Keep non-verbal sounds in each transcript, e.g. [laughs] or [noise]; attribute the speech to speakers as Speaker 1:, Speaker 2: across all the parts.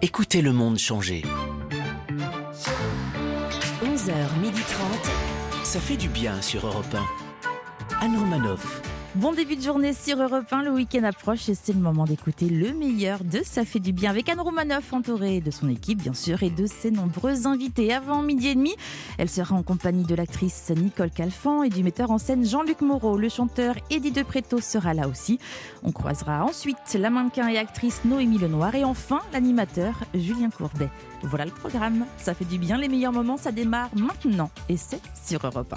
Speaker 1: Écoutez le monde changer.
Speaker 2: 11h30.
Speaker 1: Ça fait du bien sur Europe 1. Anne Romanoff.
Speaker 3: Bon début de journée sur Europe 1. Le week-end approche et c'est le moment d'écouter le meilleur de Ça fait du bien avec Anne Roumanoff, entourée de son équipe, bien sûr, et de ses nombreux invités. Avant midi et demi, elle sera en compagnie de l'actrice Nicole Calfan et du metteur en scène Jean-Luc Moreau. Le chanteur Eddie De Preto sera là aussi. On croisera ensuite la mannequin et actrice Noémie Lenoir et enfin l'animateur Julien Courbet. Voilà le programme. Ça fait du bien. Les meilleurs moments, ça démarre maintenant et c'est sur Europe 1.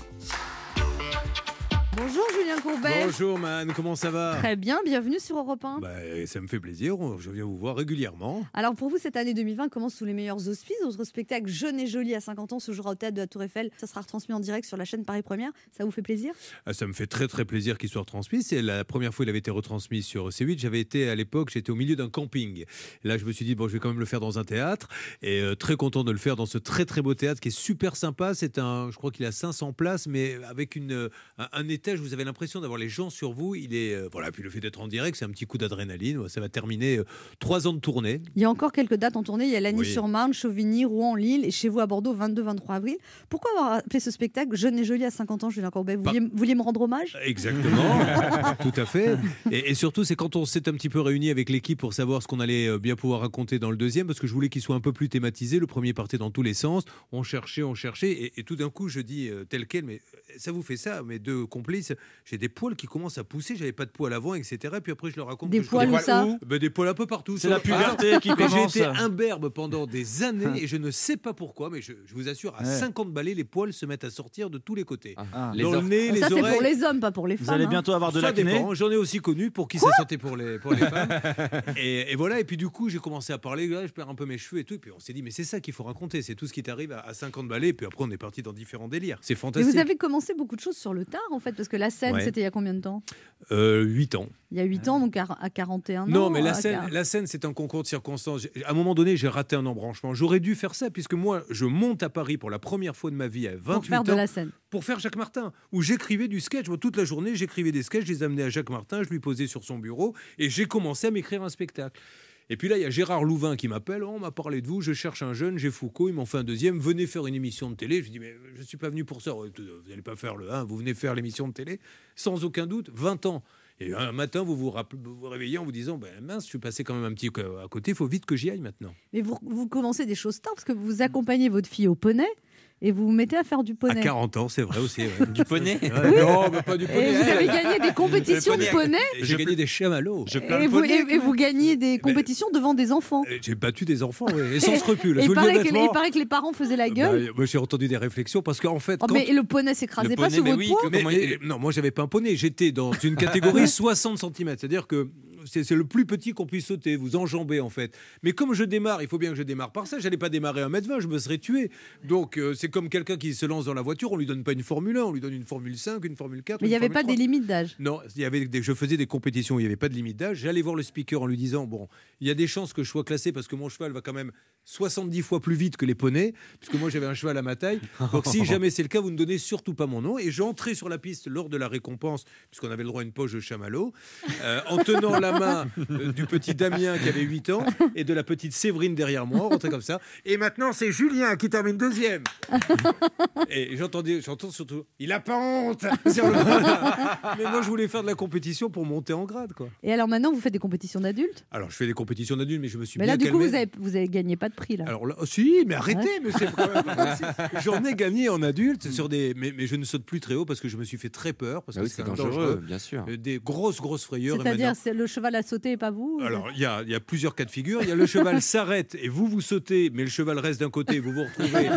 Speaker 4: Bonjour Julien Courbet.
Speaker 5: Bonjour man, comment ça va
Speaker 4: Très bien, bienvenue sur Europe 1.
Speaker 5: Bah, Ça me fait plaisir, je viens vous voir régulièrement.
Speaker 4: Alors pour vous, cette année 2020 commence sous les meilleurs auspices. Votre spectacle Jeune et Jolie à 50 ans se jouera au théâtre de la Tour Eiffel. Ça sera retransmis en direct sur la chaîne Paris Première. Ça vous fait plaisir
Speaker 5: Ah, Ça me fait très très plaisir qu'il soit retransmis. C'est la première fois qu'il avait été retransmis sur C8. J'avais été à l'époque, j'étais au milieu d'un camping. Là, je me suis dit, bon, je vais quand même le faire dans un théâtre. Et euh, très content de le faire dans ce très très beau théâtre qui est super sympa. C'est un, je crois qu'il a 500 places, mais avec une, euh, un, un étage, vous avez l'impression d'avoir les gens sur vous. Il est, euh, voilà, puis le fait d'être en direct, c'est un petit coup d'adrénaline. Ça va terminer euh, trois ans de tournée.
Speaker 4: Il y a encore quelques dates en tournée. Il y a Lagny-sur-Marne, Chauvigny, Rouen, Lille et chez vous à Bordeaux 22-23 avril. Pourquoi avoir appelé ce spectacle Jeune et Jolie à 50 ans, Julien Courbet Vous
Speaker 5: Bah-
Speaker 4: vouliez, vous vouliez me rendre hommage
Speaker 5: Exactement, tout à fait. Et, et surtout, c'est quand on s'est un petit peu réunis avec l'équipe pour savoir ce qu'on allait euh, bien pouvoir raconter dans le deuxième, parce que je voulais qu'il soit un peu plus thématisé. Le premier partait dans tous les sens. On cherchait, on cherchait, et, et tout d'un coup, je dis euh, tel quel, mais euh, ça vous fait ça, mes deux complices, j'ai des poils qui commencent à pousser, j'avais pas de poils avant, etc. Puis après, je leur raconte
Speaker 4: Des
Speaker 5: que je-
Speaker 4: poils où ça
Speaker 5: Ben, Des poils un peu partout.
Speaker 6: C'est la puberté qui
Speaker 5: Mais
Speaker 6: commence.
Speaker 5: J'ai été imberbe pendant des années, et je ne sais pas pourquoi, mais je, je vous assure, à
Speaker 6: Ouais.
Speaker 5: 50 balais, les poils se mettent à sortir de tous les côtés.
Speaker 6: Ah.
Speaker 5: dans le nez, les
Speaker 4: Ça, c'est
Speaker 5: oreilles.
Speaker 4: pour les hommes, pas pour les femmes.
Speaker 6: Vous allez
Speaker 4: hein.
Speaker 6: bientôt avoir de
Speaker 5: Ça
Speaker 6: l'acné.
Speaker 5: dépend. J'en ai aussi connu pour qui ça sentait pour les, pour les femmes. [laughs] Et, et voilà. Et puis du coup, j'ai commencé à parler. là, je perds un peu mes cheveux et tout. Et puis on s'est dit, mais c'est ça qu'il faut raconter. C'est tout ce qui t'arrive à, à 50 balais. Et puis après, on est parti dans différents délires. C'est
Speaker 4: Et
Speaker 5: fantastique.
Speaker 4: vous avez commencé beaucoup de choses sur le tard, en fait, parce que la scène,
Speaker 5: Ouais.
Speaker 4: c'était il y a combien de temps
Speaker 5: Euh, 8 ans.
Speaker 4: Il y a 8 ans, donc à, à 41 ans.
Speaker 5: Non, mais la
Speaker 4: à
Speaker 5: scène,
Speaker 4: quar-
Speaker 5: la scène, c'est un concours de circonstances. J'ai- À un moment donné, j'ai raté un embranchement. J'aurais dû faire ça puisque moi, je monte à Paris pour la première fois de ma vie à 28
Speaker 4: Pour faire
Speaker 5: ans.
Speaker 4: de la scène.
Speaker 5: pour faire Jacques Martin, où j'écrivais du sketch. Moi, toute la journée, j'écrivais des sketchs, je les amenais à Jacques Martin, je lui posais sur son bureau et j'ai commencé à m'écrire un spectacle. Et puis là, il y a Gérard Louvain qui m'appelle. Oh, on m'a parlé de vous, je cherche un jeune, j'ai Foucault, ils m'ont fait un deuxième, venez faire une émission de télé. Je lui dis, mais je ne suis pas venu pour ça. Ouais, Vous n'allez pas faire le 1, vous venez faire l'émission de télé. Sans aucun doute, 20 ans. Et un matin, vous vous, rappelez- vous vous réveillez en vous disant, ben mince, je suis passé quand même un petit peu à côté, il faut vite que j'y aille maintenant.
Speaker 4: Mais vous, vous commencez des choses tard parce que vous accompagnez votre fille au poney et vous vous mettez à faire du
Speaker 5: À
Speaker 4: poney.
Speaker 5: 40 ans, c'est vrai aussi.
Speaker 4: [laughs]
Speaker 5: ouais.
Speaker 6: Du poney
Speaker 5: Ouais, Non, mais pas du
Speaker 4: Et
Speaker 5: poney.
Speaker 4: vous avez gagné des compétitions de
Speaker 6: Le
Speaker 4: poney
Speaker 5: J'ai gagné des chamallows.
Speaker 6: Je plains
Speaker 4: et
Speaker 6: le
Speaker 4: vous,
Speaker 6: poney.
Speaker 4: et- et vous gagnez des compétitions devant des enfants.
Speaker 5: Euh, J'ai battu des enfants, ouais, et
Speaker 4: [laughs]
Speaker 5: sans scrupule. je
Speaker 4: Et il
Speaker 5: vous le
Speaker 4: paraît,
Speaker 5: dis
Speaker 4: que,
Speaker 5: honnêtement.
Speaker 4: il paraît que les parents faisaient la gueule.
Speaker 5: Bah, moi, j'ai entendu des réflexions parce qu'en fait,
Speaker 4: Oh,
Speaker 5: quand-
Speaker 4: mais le poney s'écrasait
Speaker 6: Le
Speaker 4: pas
Speaker 6: poney,
Speaker 4: sur
Speaker 6: mais
Speaker 4: votre
Speaker 6: oui,
Speaker 4: poids
Speaker 6: que-
Speaker 5: mais-
Speaker 6: comment
Speaker 5: mais- non, moi j'avais pas un poney, j'étais dans une catégorie 60 cm, c'est-à-dire que c'est c'est le plus petit qu'on puisse sauter, vous enjambez en fait. Mais comme je démarre, il faut bien que je démarre par ça, j'allais pas démarrer à 1m20, je me serais tué. Donc euh, c'est comme quelqu'un qui se lance dans la voiture, on lui donne pas une Formule 1, on lui donne une Formule 5, une Formule 4.
Speaker 4: Mais il n'y
Speaker 5: une Formule
Speaker 4: avait pas
Speaker 5: 3.
Speaker 4: des limites d'âge.
Speaker 5: Non, il y avait des, je faisais des compétitions où il n'y avait pas de limite d'âge. J'allais voir le speaker en lui disant Bon, il y a des chances que je sois classé parce que mon cheval va quand même 70 fois plus vite que les poneys, puisque moi j'avais un cheval à ma taille. Donc si jamais c'est le cas, vous ne donnez surtout pas mon nom. Et j'entrais sur la piste lors de la récompense, puisqu'on avait le droit à une poche de chamallow, euh, en tenant la main euh, du petit Damien qui avait 8 ans et de la petite Séverine derrière moi, on rentrait comme ça. Et maintenant c'est Julien qui termine
Speaker 7: [laughs]
Speaker 5: deuxième. Et j'entendais, j'entends surtout, il a pas honte sur le banc. Mais moi, je voulais faire de la compétition pour monter en grade, quoi.
Speaker 4: Et alors maintenant, vous faites des compétitions d'adultes
Speaker 5: Alors, je fais des compétitions d'adultes, mais je me suis
Speaker 4: Mais
Speaker 5: bien
Speaker 4: là, du coup,
Speaker 5: calmé.
Speaker 4: vous avez, vous avez gagné pas de prix. Là.
Speaker 5: Alors là, oh, si, mais arrêtez, mais c'est quand même pas possible.
Speaker 4: [laughs]
Speaker 5: J'en ai gagné en adulte sur des, mais, mais je ne saute plus très haut parce que je me suis fait très peur parce
Speaker 7: Bah
Speaker 5: que
Speaker 7: oui,
Speaker 5: c'est
Speaker 7: c'est
Speaker 5: quand même
Speaker 7: dangereux,
Speaker 5: dangereux.
Speaker 7: bien sûr.
Speaker 5: Euh, Des grosses, grosses frayeurs. et
Speaker 4: C'est-à-dire,
Speaker 5: maintenant-
Speaker 4: c'est le cheval a sauté et pas vous euh,
Speaker 5: alors, il y a, il y a plusieurs cas de figure. Il y a le
Speaker 4: [laughs]
Speaker 5: cheval s'arrête et vous vous sautez, mais le cheval reste d'un côté et vous vous retrouvez.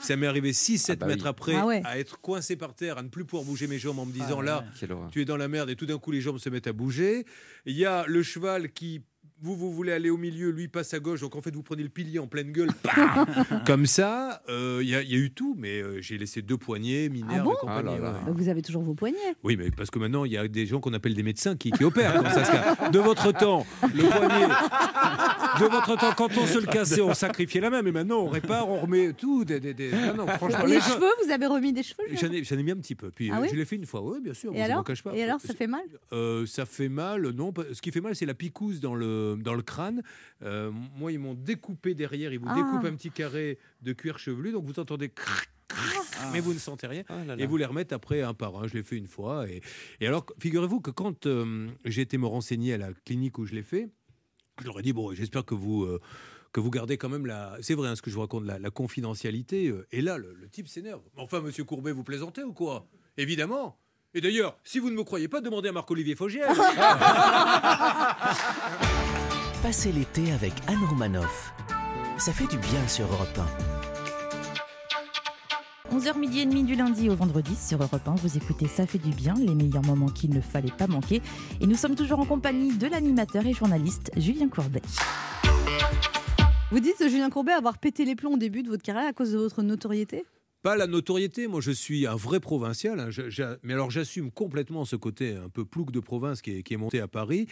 Speaker 5: Ça m'est arrivé 6-7
Speaker 7: Ah bah
Speaker 5: mètres
Speaker 7: oui. Ah
Speaker 5: après
Speaker 4: Ah ouais.
Speaker 5: à être coincé par terre, à ne plus pouvoir bouger mes jambes en me disant là,
Speaker 7: Quelle horreur.
Speaker 5: tu es dans la merde et tout d'un coup les jambes se mettent à bouger. Il y a le cheval qui vous vous voulez aller au milieu, lui passe à gauche, donc en fait vous prenez le pilier en pleine gueule,
Speaker 4: Bah.
Speaker 5: pam comme ça. Euh, Il y, a- il y a eu tout, mais euh, j'ai laissé deux poignées, minerves
Speaker 4: Ah bon
Speaker 5: et compagnie.
Speaker 7: Ah là là.
Speaker 5: ouais.
Speaker 4: Bah, Vous avez toujours vos poignets.
Speaker 5: Oui, mais parce que maintenant il y a des gens qu'on appelle des médecins qui, qui opèrent. quand ça se casse. De votre temps, le poignet, de votre temps, quand on se le cassait, on sacrifiait la main, mais maintenant on répare, on remet tout. Des, des, des- Non, non, franchement,
Speaker 4: Ah, Les
Speaker 5: les gens-
Speaker 4: cheveux, vous avez remis des cheveux Jean
Speaker 5: J'en ai, j'en ai mis un petit peu. Puis
Speaker 4: Ah
Speaker 5: euh,
Speaker 4: oui
Speaker 5: je l'ai fait une fois, oui, bien sûr.
Speaker 4: Et
Speaker 5: moi, je m'en
Speaker 4: alors
Speaker 5: cache pas.
Speaker 4: Et alors, ça fait mal
Speaker 5: Euh, ça fait mal, non. pas- Ce qui fait mal, c'est la picouse dans le, dans le crâne. Euh, moi, ils m'ont découpé derrière. Ils vous
Speaker 4: Ah.
Speaker 5: découpent un petit carré de cuir chevelu. Donc, vous entendez cric, cric, mais vous ne sentez rien. Et vous les remettent après un par un. Je l'ai fait une fois. Et, et alors, figurez-vous que quand euh, j'ai été me renseigner à la clinique où je l'ai fait, je leur ai dit Bon, j'espère que vous. euh, que vous gardez quand même la. C'est vrai hein, ce que je vous raconte, la, la confidentialité. euh, Et là, le, le type s'énerve. Mais Enfin, monsieur Courbet, vous plaisantez ou quoi Évidemment. Et d'ailleurs, si vous ne me croyez pas, demandez à Marc-Olivier Fogiel.
Speaker 1: Passez l'été avec Anne Romanoff. Ça fait du bien sur Europe
Speaker 3: 11h30 du lundi au vendredi sur Europe 1. Vous écoutez Ça fait du bien, les meilleurs moments qu'il ne fallait pas manquer. Et nous sommes toujours en compagnie de l'animateur et journaliste Julien Courbet.
Speaker 4: Vous dites, euh, Julien Courbet, avoir pété les plombs au début de votre carrière à cause de votre notoriété
Speaker 5: pas la notoriété. Moi, je suis un vrai provincial. hein. Je- j'a- mais alors, j'assume complètement ce côté un peu plouc de province qui est, qui est monté à Paris.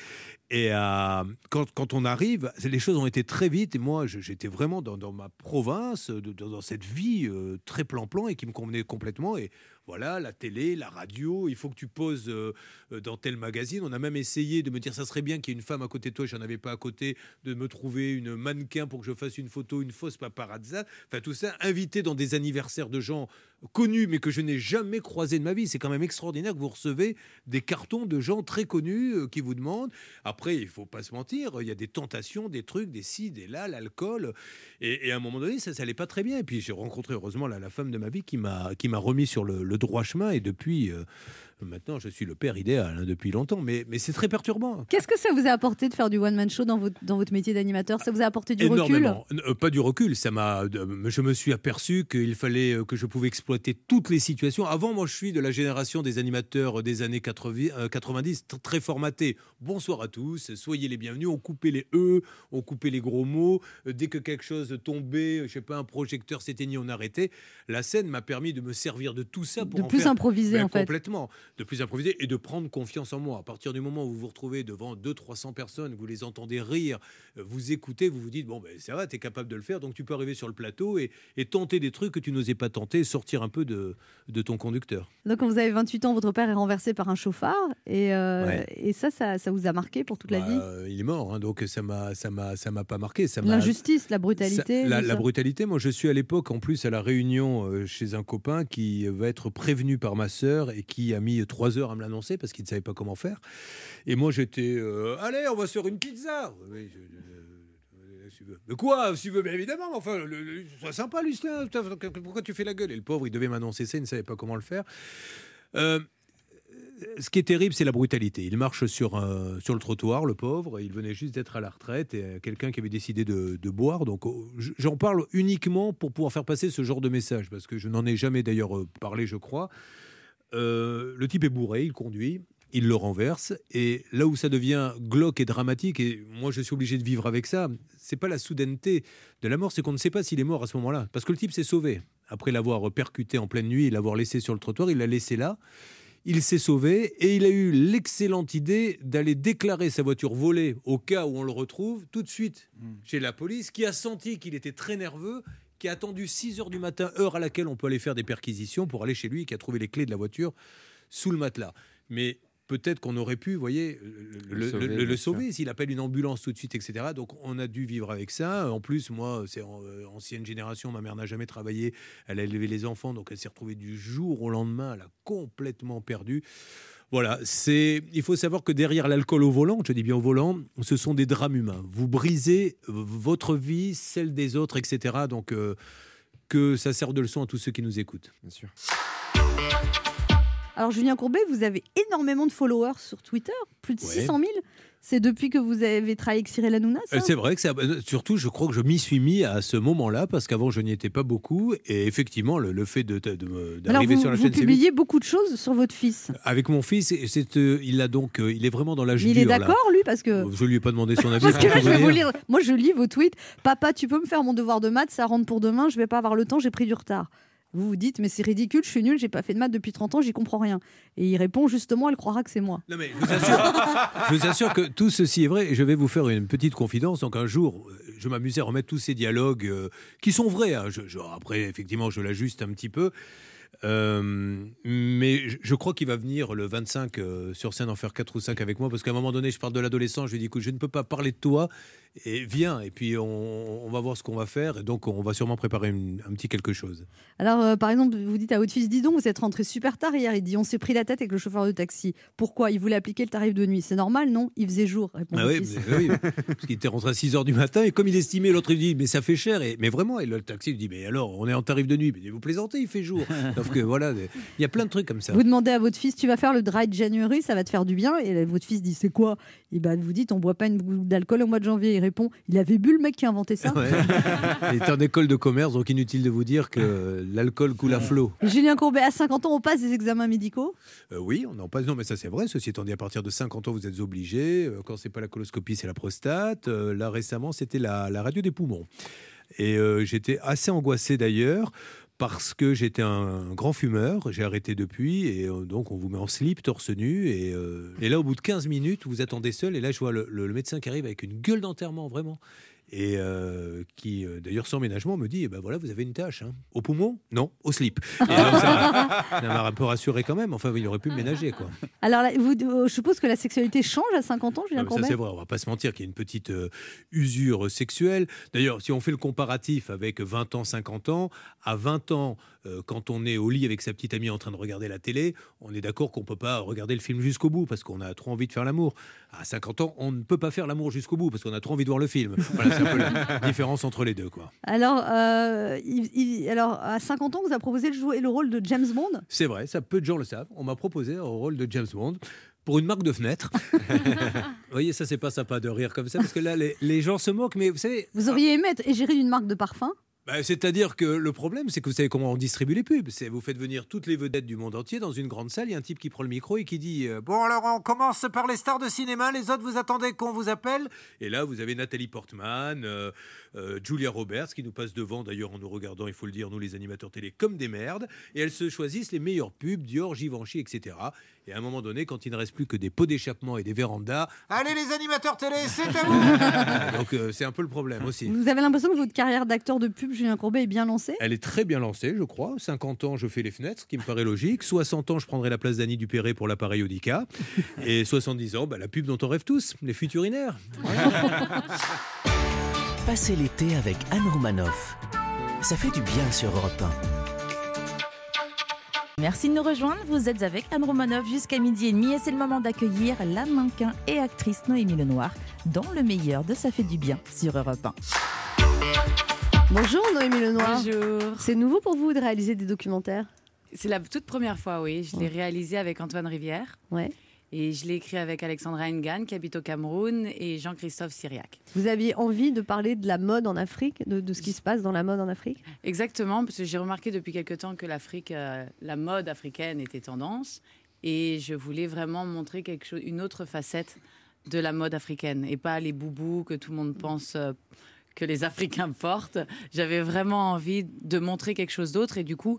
Speaker 5: Et à- quand, quand on arrive, c'est- les choses ont été très vite. Et moi, je- j'étais vraiment dans, dans ma province, de- dans, dans cette vie euh, très plan-plan et qui me convenait complètement. Et voilà, la télé, la radio, il faut que tu poses euh, euh, dans tel magazine. On a même essayé de me dire, ça serait bien qu'il y ait une femme à côté de toi. J'en avais pas à côté de me trouver une mannequin pour que je fasse une photo, une fausse paparazza. Enfin, tout ça, invité dans des anniversaires de gens connus, mais que je n'ai jamais croisés de ma vie. C'est quand même extraordinaire que vous recevez des cartons de gens très connus euh, qui vous demandent. Après, il faut pas se mentir, il y a des tentations, des trucs, des ci, des là, l'alcool. Et, et à un moment donné, ça n'allait pas très bien. Et puis, j'ai rencontré, heureusement, la, la femme de ma vie qui m'a qui m'a remis sur le, le droit chemin. Et depuis, euh, maintenant, je suis le père idéal, hein, depuis longtemps. Mais, mais c'est très perturbant.
Speaker 4: Qu'est-ce que ça vous a apporté de faire du one-man show dans votre, dans votre métier d'animateur Ça vous a apporté du recul
Speaker 5: Énormément. Euh, pas du recul, ça m'a. de- Je me suis aperçu qu'il fallait euh, que je pouvais exploiter toutes les situations. Avant, moi, je suis de la génération des animateurs euh, des années 80, euh, 90, tr- très formatés. Bonsoir à tous, soyez les bienvenus. On coupait les e, on coupait les gros mots. Euh, Dès que quelque chose tombait, euh, je sais pas, un projecteur s'éteignait, on arrêtait. La scène m'a permis de me servir de tout ça pour
Speaker 4: De
Speaker 5: en
Speaker 4: plus
Speaker 5: faire
Speaker 4: improviser,
Speaker 5: ben,
Speaker 4: en fait.
Speaker 5: Complètement. De plus improviser et de prendre confiance en moi. À partir du moment où vous vous retrouvez devant 200-300 personnes, vous les entendez rire, euh, vous écoutez, vous vous dites Bon, ben ça va, t'es capable de le faire, donc tu peux arriver sur le plateau et, et tenter des trucs que tu n'osais pas tenter, et sortir un peu de, de ton conducteur.
Speaker 4: Donc, quand vous avez 28 ans, votre père est renversé par un chauffard. Et, euh,
Speaker 5: Ouais.
Speaker 4: et ça, ça, ça vous a marqué pour toute la
Speaker 5: Bah,
Speaker 4: vie
Speaker 5: euh, il est mort, hein, donc ça m'a ça m'a ça m'a pas marqué. ça m'a-
Speaker 4: L'injustice, la brutalité.
Speaker 5: Ça- la,
Speaker 4: tout
Speaker 5: la
Speaker 4: ça.
Speaker 5: brutalité, moi je suis à l'époque en plus à la réunion euh, chez un copain qui va être prévenu par ma sœur et qui a mis trois heures à me l'annoncer parce qu'il ne savait pas comment faire. Et moi j'étais, euh, allez, on va sur une pizza. Oui, je- je- je- si tu veux. De quoi Si tu veux, bien évidemment. mais Enfin, le, le- sois sympa, Lucien. Putain, Pourquoi tu fais la gueule Et le pauvre, il devait m'annoncer ça, il ne savait pas comment le faire. Euh, ce qui est terrible, c'est la brutalité. Il marche sur, un- sur le trottoir, le pauvre. Il venait juste d'être à la retraite et euh, quelqu'un qui avait décidé de, de boire. Donc, oh, j- j'en parle uniquement pour pouvoir faire passer ce genre de message, parce que je n'en ai jamais d'ailleurs euh, parlé, je crois. Euh, le type est bourré, il conduit, il le renverse. Et là où ça devient glauque et dramatique, et moi je suis obligé de vivre avec ça, c'est pas la soudaineté de la mort, c'est qu'on ne sait pas s'il est mort à ce moment-là. Parce que le type s'est sauvé. Après l'avoir percuté en pleine nuit et l'avoir laissé sur le trottoir, il l'a laissé là. Il s'est sauvé et il a eu l'excellente idée d'aller déclarer sa voiture volée au cas où on le retrouve tout de suite chez la police, qui a senti qu'il était très nerveux, qui a attendu 6 heures du matin, heure à laquelle on peut aller faire des perquisitions pour aller chez lui, qui a trouvé les clés de la voiture sous le matelas. Mais peut-être qu'on aurait pu, vous voyez, le, le-
Speaker 6: sauver,
Speaker 5: le- le
Speaker 6: bien sûr.
Speaker 5: sauver s'il appelle une ambulance tout de suite, etc. Donc on a dû vivre avec ça. En plus, moi, c'est en- euh, ancienne génération, ma mère n'a jamais travaillé, elle a élevé les enfants, donc elle s'est retrouvée du jour au lendemain, elle a complètement perdu. Voilà, c'est. Il faut savoir que derrière l'alcool au volant, je dis bien au volant, ce sont des drames humains. Vous brisez euh, votre vie, celle des autres, etc. Donc euh, que ça serve de leçon à tous ceux qui nous écoutent.
Speaker 6: Bien sûr.
Speaker 4: Alors, Julien Courbet, vous avez énormément de followers sur Twitter, plus de
Speaker 5: Ouais.
Speaker 4: 600 000. C'est depuis que vous avez travaillé avec Cyril Hanouna, ça
Speaker 5: Euh, C'est vrai que ça- euh, surtout, je crois que je m'y suis mis à ce moment-là parce qu'avant je n'y étais pas beaucoup et effectivement le, le fait de, de- de me-
Speaker 4: Alors,
Speaker 5: d'arriver
Speaker 4: vous,
Speaker 5: sur la
Speaker 4: vous
Speaker 5: chaîne c'est vite. Euh,
Speaker 4: publiez beaucoup de choses sur votre fils.
Speaker 5: avec mon fils, et c'est, euh, il a donc, euh, il est vraiment dans l'âge
Speaker 4: Mais il
Speaker 5: dur.
Speaker 4: est
Speaker 5: là. Euh,
Speaker 4: d'accord, lui, parce que.
Speaker 5: Je lui ai pas demandé
Speaker 4: [laughs]
Speaker 5: son avis.
Speaker 4: Parce que
Speaker 5: pour
Speaker 4: là,
Speaker 5: tout
Speaker 4: je vais vous
Speaker 5: dire.
Speaker 4: lire. Moi, je lis vos tweets. Papa, tu peux me faire mon devoir de maths, ça rentre pour demain, je vais pas avoir le temps, j'ai pris du retard. Vous vous dites, mais c'est ridicule, je suis nul, j'ai pas fait de maths depuis 30 ans, j'y comprends rien. Et il répond, justement, elle croira que c'est moi.
Speaker 5: Non mais je vous, assure, je vous assure que tout ceci est vrai. Et je vais vous faire une petite confidence. Donc un jour, euh, je m'amusais à remettre tous ces dialogues euh, qui sont vrais. hein. Je- je- après, effectivement, je l'ajuste un petit peu. Euh, mais je, je crois qu'il va venir le 25 euh, sur scène en faire 4 ou 5 avec moi parce qu'à un moment donné, je parle de l'adolescent. Je lui dis écoute, je ne peux pas parler de toi. Et viens. Et puis on, on va voir ce qu'on va faire. Et donc on va sûrement préparer une- un petit quelque chose.
Speaker 4: Alors, euh, par exemple, vous dites à votre fils, dis donc, vous êtes rentré super tard hier. Il dit, on s'est pris la tête avec le chauffeur de taxi. Pourquoi Il voulait appliquer le tarif de nuit. C'est normal, non Il faisait jour, répond
Speaker 5: Ah
Speaker 4: le
Speaker 5: oui,
Speaker 4: fils.
Speaker 5: mais-
Speaker 4: [laughs]
Speaker 5: oui, parce qu'il était rentré à 6 heures du matin et comme il estimait, l'autre il dit mais ça fait cher. Et, mais vraiment, et le taxi lui dit mais alors on est en tarif de nuit. Mais vous plaisantez, il fait jour. Sauf que voilà, il y a plein de trucs comme ça.
Speaker 4: Vous demandez à votre fils, tu vas faire le dry January, ça va te faire du bien. Et là, votre fils dit, c'est quoi Et ben, vous dites, on boit pas une goutte d'alcool au mois de janvier. Il répond, il avait bu le mec qui a inventé ça.
Speaker 5: [laughs] Ouais. Il est en école de commerce, donc inutile de vous dire que l'alcool coule à flot.
Speaker 4: Julien Courbet, à 50 ans, on passe des examens médicaux.
Speaker 5: Euh, oui, on en passe. Non, mais ça c'est vrai. Ceci étant dit, à partir de 50 ans, vous êtes obligé. Euh, Quand c'est pas la coloscopie, c'est la prostate. Euh, là récemment, c'était la, la radio des poumons. Et euh, j'étais assez angoissé d'ailleurs parce que j'étais un grand fumeur. J'ai arrêté depuis et euh, donc on vous met en slip, torse nu. Et, euh, et là, au bout de 15 minutes, vous attendez seul. Et là, je vois le, le- le médecin qui arrive avec une gueule d'enterrement, vraiment. Et euh, qui, euh, d'ailleurs, sans ménagement, me dit eh ben voilà, vous avez une tâche. hein. Au poumon Non, au slip. Et donc, ça m'a- ça m'a un peu rassuré quand même. Enfin, il aurait pu me ménager, quoi.
Speaker 4: Alors, là, vous, euh, je suppose que la sexualité change à 50 ans,
Speaker 5: Ah,
Speaker 4: Julien
Speaker 5: mais ça
Speaker 4: Courbet
Speaker 5: c'est vrai, on va pas se mentir qu'il y a une petite euh, usure sexuelle. D'ailleurs, si on fait le comparatif avec 20 ans, 50 ans, à 20 ans, euh, quand on est au lit avec sa petite amie en train de regarder la télé, on est d'accord qu'on peut pas regarder le film jusqu'au bout parce qu'on a trop envie de faire l'amour. À 50 ans, on ne peut pas faire l'amour jusqu'au bout parce qu'on a trop envie de voir le film. Voilà, c'est un peu la différence entre les deux, quoi.
Speaker 4: Alors, euh, il- il- alors, à 50 ans, on vous a proposé de jouer le rôle de James Bond.
Speaker 5: C'est vrai, ça peu de gens le savent. On m'a proposé un rôle de James Bond pour une marque de fenêtre. vous voyez, ça c'est pas sympa de rire comme ça parce que là, les- les gens se moquent, mais vous savez,
Speaker 4: Vous auriez aimé être égérie d'une marque de parfum.
Speaker 5: Bah, C'est-à-dire que le problème, c'est que vous savez comment on distribue les pubs. C'est vous faites venir toutes les vedettes du monde entier dans une grande salle. Il y a un type qui prend le micro et qui dit euh, Bon, alors on commence par les stars de cinéma, les autres vous attendez qu'on vous appelle. Et là, vous avez Nathalie Portman, euh, euh, Julia Roberts qui nous passe devant, d'ailleurs en nous regardant, il faut le dire, nous les animateurs télé, comme des merdes. Et elles se choisissent les meilleures pubs, Dior, Givenchy, etc. Et à un moment donné, quand il ne reste plus que des pots d'échappement et des vérandas, Allez les animateurs télé, c'est à vous [laughs] Donc euh, c'est un peu le problème aussi.
Speaker 4: Vous avez l'impression que votre carrière d'acteur de pub, Julien Courbet, est bien lancée.
Speaker 5: Elle est très bien lancée, je crois. 50 ans, je fais les fenêtres, ce qui me paraît logique. 60 ans, je prendrai la place d'Annie Dupéré pour l'appareil Audica. Et 70 ans, bah, la pub dont on rêve tous, les futurinaires.
Speaker 1: Passez l'été avec Anne Romanoff. Ça fait du bien sur Europe 1.
Speaker 3: Merci de nous rejoindre. Vous êtes avec Anne Romanoff jusqu'à midi et demi et c'est le moment d'accueillir la mannequin et actrice Noémie Lenoir dans le meilleur de Ça fait du bien sur Europe 1.
Speaker 4: Bonjour Noémie Lenoir.
Speaker 6: Bonjour.
Speaker 4: C'est nouveau pour vous de réaliser des documentaires
Speaker 6: C'est la toute première fois, oui. Je l'ai réalisé avec Antoine Rivière.
Speaker 4: Ouais.
Speaker 6: Et je l'ai écrit avec Alexandra Engan, qui habite au Cameroun, et Jean-Christophe Syriac.
Speaker 4: Vous aviez envie de parler de la mode en Afrique, de, de ce qui se passe dans la mode en Afrique
Speaker 6: Exactement, parce que j'ai remarqué depuis quelque temps que l'Afrique, euh, la mode africaine était tendance. Et je voulais vraiment montrer quelque chose, une autre facette de la mode africaine. Et pas les boubous que tout le monde pense euh, que les Africains [laughs] portent. J'avais vraiment envie de montrer quelque chose d'autre. Et du coup,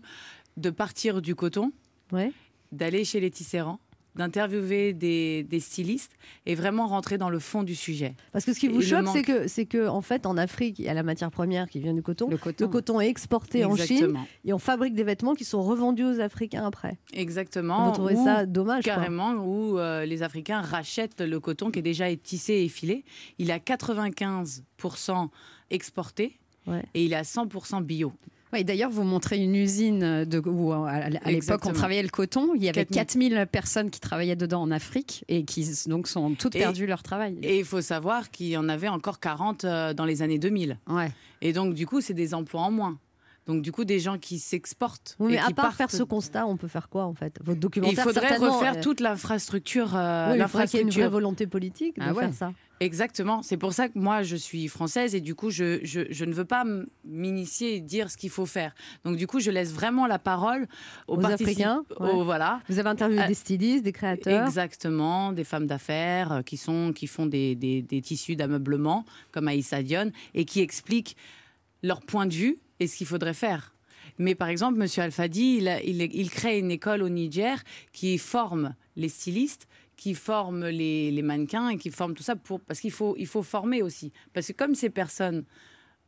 Speaker 6: de partir du coton.
Speaker 4: Ouais.
Speaker 6: d'aller chez les tisserands, d'interviewer des, des stylistes et vraiment rentrer dans le fond du sujet.
Speaker 4: Parce que ce qui
Speaker 6: Et
Speaker 4: vous
Speaker 6: le
Speaker 4: choque,
Speaker 6: manque.
Speaker 4: c'est que, c'est que en fait, en Afrique, il y a la matière première qui vient du coton.
Speaker 6: Le
Speaker 4: Le
Speaker 6: coton.
Speaker 4: coton est exporté en Chine
Speaker 6: Exactement.
Speaker 4: et on fabrique des vêtements qui sont revendus aux Africains après.
Speaker 6: Exactement.
Speaker 4: vous trouvez
Speaker 6: Ou
Speaker 4: ça dommage quoi.
Speaker 6: Carrément, où euh, les Africains rachètent le coton qui est déjà tissé et filé. Il est à 95% exporté
Speaker 4: Ouais.
Speaker 6: et il est à 100% bio.
Speaker 7: Oui, d'ailleurs, vous montrez une usine euh, de, où à, à l'époque
Speaker 6: Exactement.
Speaker 7: on travaillait le coton. Il y avait
Speaker 6: 4000.
Speaker 7: 4000 personnes qui travaillaient dedans en Afrique et qui s- donc sont toutes
Speaker 6: Et-
Speaker 7: perdu leur travail.
Speaker 6: Et il faut savoir qu'il y en avait encore 40 euh, dans les années 2000.
Speaker 7: Ouais.
Speaker 6: Et donc, du coup, c'est des emplois en moins. Donc, du coup, des gens qui s'exportent.
Speaker 4: Oui,
Speaker 6: et
Speaker 4: mais à
Speaker 6: qui
Speaker 4: part
Speaker 6: partent
Speaker 4: faire ce constat, on peut faire quoi en fait Votre
Speaker 6: Il
Speaker 4: documentaire
Speaker 6: faudrait
Speaker 4: certainement,
Speaker 6: refaire
Speaker 4: euh,
Speaker 6: toute l'infrastructure. euh,
Speaker 4: oui, il faudrait qu'il y ait une vraie
Speaker 6: l'infrastructure.
Speaker 4: volonté politique de
Speaker 7: Ah ouais.
Speaker 4: faire ça.
Speaker 6: Exactement. C'est pour ça que moi, je suis française et du coup, je, je, je ne veux pas m- m'initier et dire ce qu'il faut faire. Donc, du coup, je laisse vraiment la parole aux,
Speaker 4: Aux
Speaker 6: partici-
Speaker 4: Africains, ouais.
Speaker 6: aux- voilà.
Speaker 4: Vous avez interviewé
Speaker 6: Euh,
Speaker 4: des stylistes, des créateurs.
Speaker 6: Exactement, des femmes d'affaires euh, qui, sont, qui font des, des, des tissus d'ameublement, comme Aïssa Dion, et qui expliquent leur point de vue et ce qu'il faudrait faire. Mais par exemple, Monsieur Alfadi, il, a- il- il crée une école au Niger qui forme les stylistes, qui forme les, les mannequins et qui forme tout ça pour, parce qu'il faut, il faut former aussi. Parce que comme ces personnes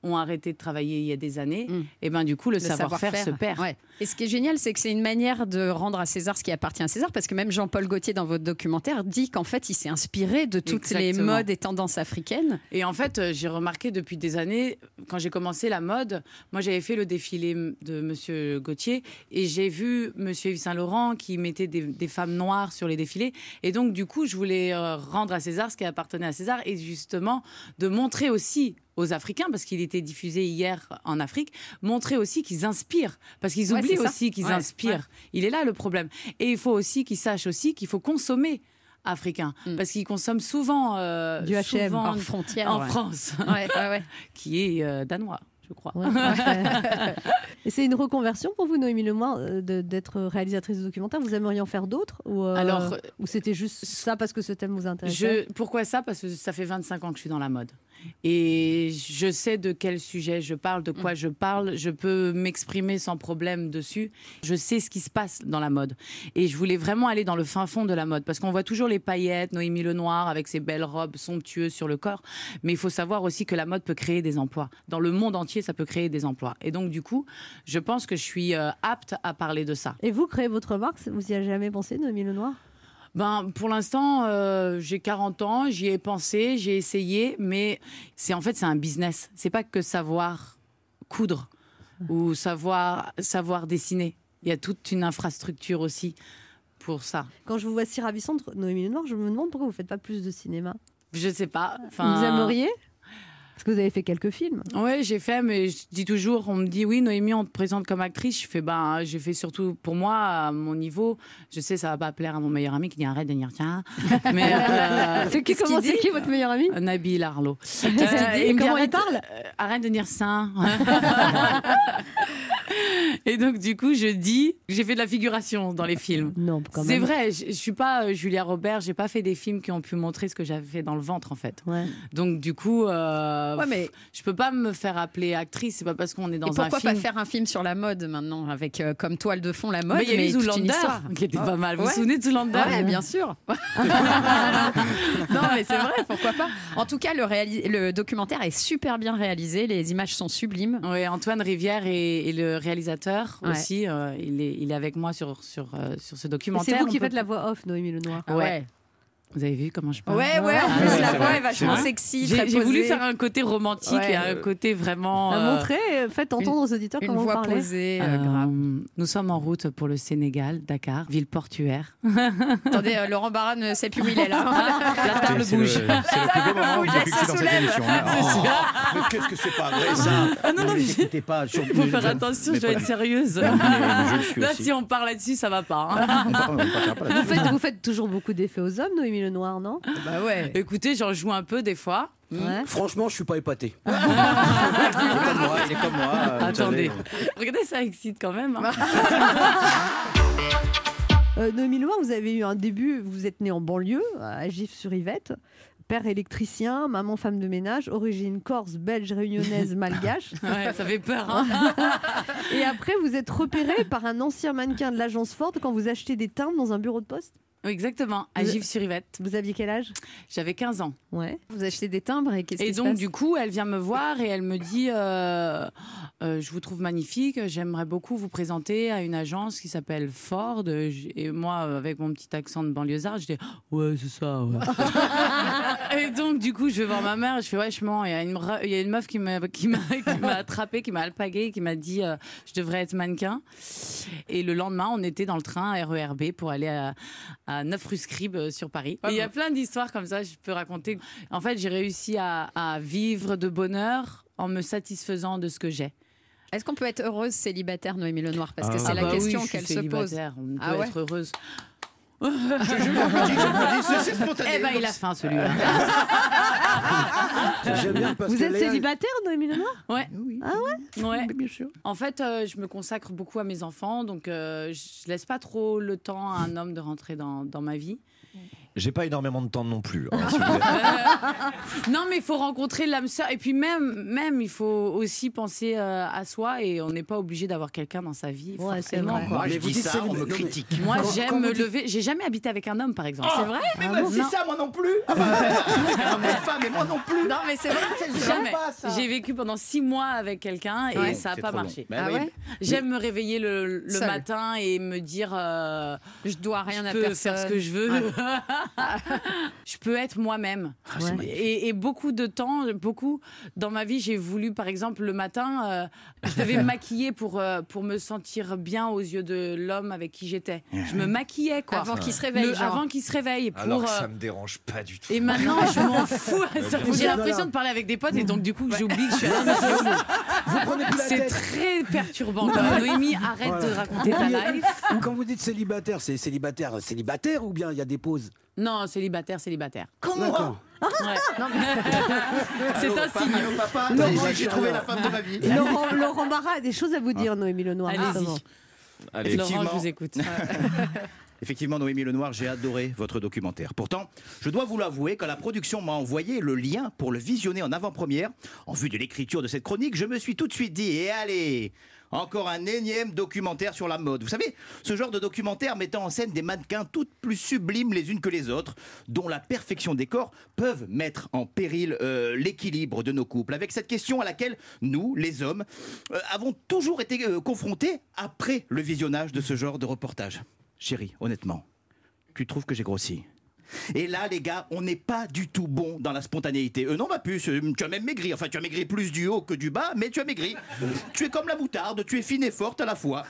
Speaker 6: ont arrêté de travailler il y a des années,
Speaker 7: Mm.
Speaker 6: et ben du coup, le, savoir-faire se perd.
Speaker 7: Ouais. Et ce qui est génial, c'est que c'est une manière de rendre à César ce qui appartient à César, parce que même Jean-Paul Gaultier, dans votre documentaire, dit qu'en fait, il s'est inspiré de toutes les
Speaker 6: Exactement.
Speaker 7: modes et tendances africaines.
Speaker 6: Et en fait, euh, j'ai remarqué depuis des années, quand j'ai commencé la mode, moi j'avais fait le défilé m- de Monsieur Gauthier et j'ai vu Monsieur Yves Saint Laurent qui mettait des, des femmes noires sur les défilés. Et donc, du coup, je voulais euh, rendre à César ce qui appartenait à César et justement de montrer aussi aux Africains, parce qu'il était diffusé hier en Afrique, montrer aussi qu'ils inspirent, parce qu'ils
Speaker 7: Ouais,
Speaker 6: oublient
Speaker 7: c'est ça.
Speaker 6: aussi qu'ils
Speaker 7: Ouais,
Speaker 6: inspirent. Il est là le problème. Et il faut aussi qu'ils sachent aussi qu'il faut consommer africain,
Speaker 7: Mm.
Speaker 6: parce qu'ils consomment souvent... euh,
Speaker 4: Du H&M.
Speaker 6: souvent
Speaker 7: En frontière.
Speaker 6: en
Speaker 7: ouais.
Speaker 6: France,
Speaker 7: Ouais, ouais, ouais.
Speaker 6: [laughs] qui est euh, danois, je crois. [laughs]
Speaker 8: Et c'est une reconversion pour vous, Noémie Lemoine, euh, de- d'être réalisatrice de documentaires Vous aimeriez en faire d'autres ou, euh,
Speaker 6: Alors,
Speaker 8: ou c'était juste ça parce que ce thème vous intéressait
Speaker 6: je, pourquoi ça Parce que ça fait 25 ans que je suis dans la mode. Et je sais de quel sujet je parle, de
Speaker 8: Mm.
Speaker 6: quoi je parle. Je peux m'exprimer sans problème dessus. Je sais ce qui se passe dans la mode. Et je voulais vraiment aller dans le fin fond de la mode. Parce qu'on voit toujours les paillettes, Noémie Lenoir, avec ses belles robes somptueuses sur le corps. Mais il faut savoir aussi que la mode peut créer des emplois. Dans le monde entier, ça peut créer des emplois. Et donc, du coup, je pense que je suis euh, apte à parler de ça.
Speaker 8: Et vous, créez votre marque, vous y avez jamais pensé, Noémie Lenoir
Speaker 6: Ben, pour l'instant, euh, j'ai 40 ans, j'y ai pensé, j'ai essayé, mais c'est en fait c'est un business. C'est pas que savoir coudre ou savoir savoir dessiner. Il y a toute une infrastructure aussi pour ça.
Speaker 8: Quand je vous vois si ravissante, Noémie Lenoir, je me demande pourquoi vous ne faites pas plus de cinéma.
Speaker 6: Je sais pas.
Speaker 8: Vous aimeriez Parce que vous avez fait quelques films.
Speaker 6: Oui, j'ai fait, mais je dis toujours, on me dit oui, Noémie, on te présente comme actrice. Je fais, ben, j'ai fait surtout pour moi, à mon niveau. Je sais, ça va pas plaire à mon meilleur ami qui dit arrête de dire
Speaker 8: [laughs]
Speaker 6: tiens. Mais euh,
Speaker 8: c'est qui
Speaker 6: qu'est-ce qu'il
Speaker 8: comment c'est
Speaker 6: dit Euh,
Speaker 8: qui votre meilleur ami
Speaker 6: Nabil Euh, Arlo.
Speaker 8: Qu'est-ce qu'il dit Comment il Ah,
Speaker 6: parle Arrête de dire ça. et donc, du coup, je dis, j'ai fait de la figuration dans les films.
Speaker 8: Non, quand
Speaker 6: C'est
Speaker 8: même.
Speaker 6: vrai, je, je suis pas euh, Julia Robert, j'ai pas fait des films qui ont pu montrer ce que j'avais fait dans le ventre en fait.
Speaker 8: Ouais.
Speaker 6: Donc du coup, euh,
Speaker 7: Ouais, mais-
Speaker 6: je peux pas me faire appeler actrice, c'est pas parce qu'on est dans
Speaker 7: Et pourquoi
Speaker 6: un film.
Speaker 7: pas faire un film sur la mode maintenant, avec euh, comme toile de fond la mode
Speaker 6: mais il y a eu
Speaker 7: toute une
Speaker 6: Zoolander
Speaker 7: histoire. Oh,
Speaker 6: qui était pas mal. Vous
Speaker 7: Ouais.
Speaker 6: vous souvenez de Zoolander
Speaker 7: Ouais, bien
Speaker 6: [laughs]
Speaker 7: sûr. non, mais c'est vrai, pourquoi pas. En tout cas, le, réalis- le documentaire est super bien réalisé, les images sont sublimes.
Speaker 6: Oui, Antoine Rivière est, est le réalisateur
Speaker 7: Ouais.
Speaker 6: aussi. euh, il, est, il est avec moi sur, sur, euh, sur ce
Speaker 8: Et
Speaker 6: documentaire.
Speaker 8: C'est vous
Speaker 6: On
Speaker 8: qui
Speaker 6: peut-
Speaker 8: faites la voix off, Noémie Lenoir.
Speaker 6: Ah ouais. Vous avez vu comment je
Speaker 7: Ouais,
Speaker 6: parle
Speaker 7: ouais, en
Speaker 6: Ah ouais,
Speaker 7: plus, la
Speaker 6: c'est
Speaker 7: voix
Speaker 6: vrai,
Speaker 7: est vachement
Speaker 6: c'est vrai.
Speaker 7: sexy.
Speaker 6: J'ai
Speaker 7: très
Speaker 6: j'ai voulu
Speaker 7: posée.
Speaker 6: faire un côté romantique
Speaker 7: Ouais.
Speaker 6: et un côté vraiment.
Speaker 8: À
Speaker 6: euh,
Speaker 8: montrer, euh, faites entendre aux auditeurs
Speaker 7: une
Speaker 8: comment vous
Speaker 7: voix
Speaker 8: parlez.
Speaker 7: posée,
Speaker 6: euh,
Speaker 7: euh, grave.
Speaker 6: Nous sommes en route pour le Sénégal, Dakar, ville portuaire. [laughs]
Speaker 7: Attendez, euh, Laurent Barra ne sait plus où il est là.
Speaker 6: La
Speaker 9: C'est-
Speaker 7: [laughs]
Speaker 6: table
Speaker 9: c'est le-
Speaker 6: bouge.
Speaker 9: C'est le plus beau moment
Speaker 7: bouge,
Speaker 9: que
Speaker 6: Ah,
Speaker 9: j'ai vécu dans
Speaker 7: ça
Speaker 9: cette
Speaker 7: soulève.
Speaker 9: émission. Oh, mais qu'est-ce que c'est pas vrai ça
Speaker 6: Ah non,
Speaker 9: Ne
Speaker 6: non,
Speaker 9: les écoutez pas. sur-
Speaker 6: Il faut faire attention,
Speaker 9: Mais
Speaker 6: je dois
Speaker 9: pas
Speaker 6: être sérieuse.
Speaker 9: du- Mais Je le suis
Speaker 6: Là,
Speaker 9: aussi.
Speaker 6: si on parle là-dessus, ça va pas. hein.
Speaker 9: On part- on partira pas
Speaker 8: Vous
Speaker 9: là-dessus.
Speaker 8: faites, vous faites toujours beaucoup d'effets aux hommes, Noémie Lenoir, non
Speaker 7: bah ouais.
Speaker 6: Écoutez, j'en joue un peu des fois. Mmh.
Speaker 8: Ouais.
Speaker 9: Franchement, je suis pas épaté. il est comme moi, il est comme moi. euh, vous
Speaker 6: Attendez.
Speaker 9: savez.
Speaker 6: Regardez, ça excite quand même.
Speaker 9: [laughs]
Speaker 6: hein.
Speaker 8: Euh, Noémie Lenoir, vous avez eu un début, vous êtes née en banlieue, à Gif-sur-Yvette. Père électricien, maman femme de ménage, origine corse, belge,
Speaker 6: [laughs]
Speaker 8: réunionnaise, malgache.
Speaker 6: Ouais,
Speaker 8: [laughs]
Speaker 6: ça fait peur. hein.
Speaker 8: Et après, vous êtes repérée par un ancien mannequin de l'agence Ford quand vous achetez des timbres dans un bureau de poste.
Speaker 6: Oui, Exactement, à
Speaker 8: Vous-
Speaker 6: Gif-sur-Yvette.
Speaker 8: Vous aviez quel âge
Speaker 6: J'avais 15 ans.
Speaker 8: Ouais.
Speaker 7: Vous achetez des timbres et qu'est-ce
Speaker 6: Et
Speaker 7: qui se
Speaker 6: donc,
Speaker 7: passe
Speaker 6: du coup, elle vient me voir et elle me dit euh, euh, Je vous trouve magnifique, j'aimerais beaucoup vous présenter à une agence qui s'appelle Ford. Et moi, euh, avec mon petit accent de banlieusard, je dis Ouais, c'est ça, ouais. [laughs] et donc, du coup, je vais voir ma mère, je fais Ouais, je mens. Et Il y a une, re- il y a une meuf qui m'a qui m'a- [laughs] qui m'a attrapé, qui m'a alpagué, qui m'a dit euh, Je devrais être mannequin. Et le lendemain, on était dans le train RERB pour aller à, à 9 rue Scribe euh, sur Paris. Et il y a plein d'histoires comme ça, je peux raconter. En fait, j'ai réussi à, à vivre de bonheur en me satisfaisant de ce que j'ai.
Speaker 7: Est-ce qu'on peut être heureuse célibataire, Noémie Lenoir Parce que
Speaker 9: Ah
Speaker 7: c'est la
Speaker 6: bah oui,
Speaker 7: question
Speaker 6: je suis
Speaker 7: qu'elle se pose.
Speaker 6: célibataire, On peut
Speaker 7: Ah ouais
Speaker 6: être heureuse.
Speaker 9: [laughs] Je je me dis, je me dis, c'est- c'est spontané.
Speaker 6: Eh ben, il a faim celui-là.
Speaker 9: [laughs] J'aime bien parce
Speaker 8: Vous
Speaker 9: que
Speaker 8: êtes
Speaker 9: Léa-
Speaker 8: célibataire, Noémie Lenoir
Speaker 9: Oui.
Speaker 8: Ah
Speaker 6: Ouais.
Speaker 9: Mais bien sûr.
Speaker 6: En fait, euh, je me consacre beaucoup à mes enfants, donc euh, je laisse pas trop le temps à un homme de rentrer dans, dans ma vie.
Speaker 10: J'ai pas énormément de temps non plus. hein, si vous
Speaker 6: Non, mais il faut rencontrer l'âme sœur. Et puis même, même, il faut aussi penser euh, à soi et on n'est pas obligé d'avoir quelqu'un dans sa vie. forcément,
Speaker 9: vrai.
Speaker 6: quoi.
Speaker 9: Moi, je Mais vous dis dites ça, célib- on me non, mais- critique.
Speaker 6: Moi,
Speaker 9: Quand- quand
Speaker 6: j'aime me lever. J'ai jamais habité avec un homme, par exemple.
Speaker 9: Ah,
Speaker 6: c'est vrai
Speaker 9: mais moi, c'est ça, moi non plus. Ah,
Speaker 6: [laughs]
Speaker 9: bah, non, mais femme, et moi non plus.
Speaker 6: Non, mais c'est vrai.
Speaker 9: Ça, je sais
Speaker 6: Jamais.
Speaker 9: pas, ça.
Speaker 6: J'ai vécu pendant six mois avec quelqu'un et
Speaker 9: Ouais.
Speaker 6: ça n'a
Speaker 9: C'est
Speaker 6: pas
Speaker 9: trop long.
Speaker 6: marché.
Speaker 9: Bah Ah oui. ouais
Speaker 6: J'aime me réveiller le, le
Speaker 7: Seule.
Speaker 6: matin et me dire. euh,
Speaker 7: je dois rien
Speaker 6: je
Speaker 7: à
Speaker 6: peux
Speaker 7: personne.
Speaker 6: faire ce que je veux.
Speaker 9: Ah,
Speaker 7: Ouais.
Speaker 6: [laughs] je peux être moi-même.
Speaker 10: Ah,
Speaker 7: c'est
Speaker 6: Ouais.
Speaker 7: magnifique.
Speaker 6: et, et beaucoup de temps, beaucoup dans ma vie, j'ai voulu, par exemple, le matin, euh, je devais me maquiller pour, euh, pour me sentir bien aux yeux de l'homme avec qui j'étais. Je me maquillais, quoi.
Speaker 7: Avant qu'il se
Speaker 6: Le-
Speaker 7: réveille, genre.
Speaker 6: Avant qu'il se réveille. Pour,
Speaker 10: Alors que
Speaker 6: euh,
Speaker 10: ça me dérange pas du tout. [laughs]
Speaker 6: et maintenant, je m'en fous.
Speaker 10: Mais bien
Speaker 6: J'ai
Speaker 10: sûr.
Speaker 6: l'impression de parler avec des potes et donc du coup, j'oublie que je suis à la maison. C'est très perturbant. quand même. Noémie, arrête de raconter ta life.
Speaker 11: Ou quand vous dites célibataire, c'est célibataire, célibataire ou bien il y a des pauses
Speaker 6: Non, célibataire, célibataire.
Speaker 11: Comme moi. D'accord.
Speaker 6: [laughs] Ouais. C'est un signe.
Speaker 9: papa,
Speaker 8: Laurent,
Speaker 9: j'ai- j'ai trouvé la femme de ma vie.
Speaker 8: Laurent, Laurent Barra a des choses à vous dire, Noémie Lenoir.
Speaker 6: Ah. Allez-y.
Speaker 8: justement.
Speaker 9: Allez,
Speaker 6: Laurent,
Speaker 9: effectivement-
Speaker 6: je vous écoute.
Speaker 10: [laughs]
Speaker 9: Effectivement, Noémie Lenoir, j'ai adoré votre documentaire. Pourtant, je dois vous l'avouer, quand la production m'a envoyé le lien pour le visionner en avant-première, en vue de l'écriture de cette chronique, je me suis tout de suite dit, et allez encore un énième documentaire sur la mode. Vous savez, ce genre de documentaire mettant en scène des mannequins toutes plus sublimes les unes que les autres, dont la perfection des corps peuvent mettre en péril euh, l'équilibre de nos couples. Avec cette question à laquelle nous, les hommes, euh, avons toujours été euh, confrontés après le visionnage de ce genre de reportage. Chérie, honnêtement, tu trouves que j'ai grossi et là, les gars, on n'est pas du tout bon dans la spontanéité. Euh, non, ma puce, euh, tu as même maigri. Enfin, tu as maigri plus du haut que du bas, mais tu as maigri. tu es comme la moutarde, tu es fine et forte à la fois.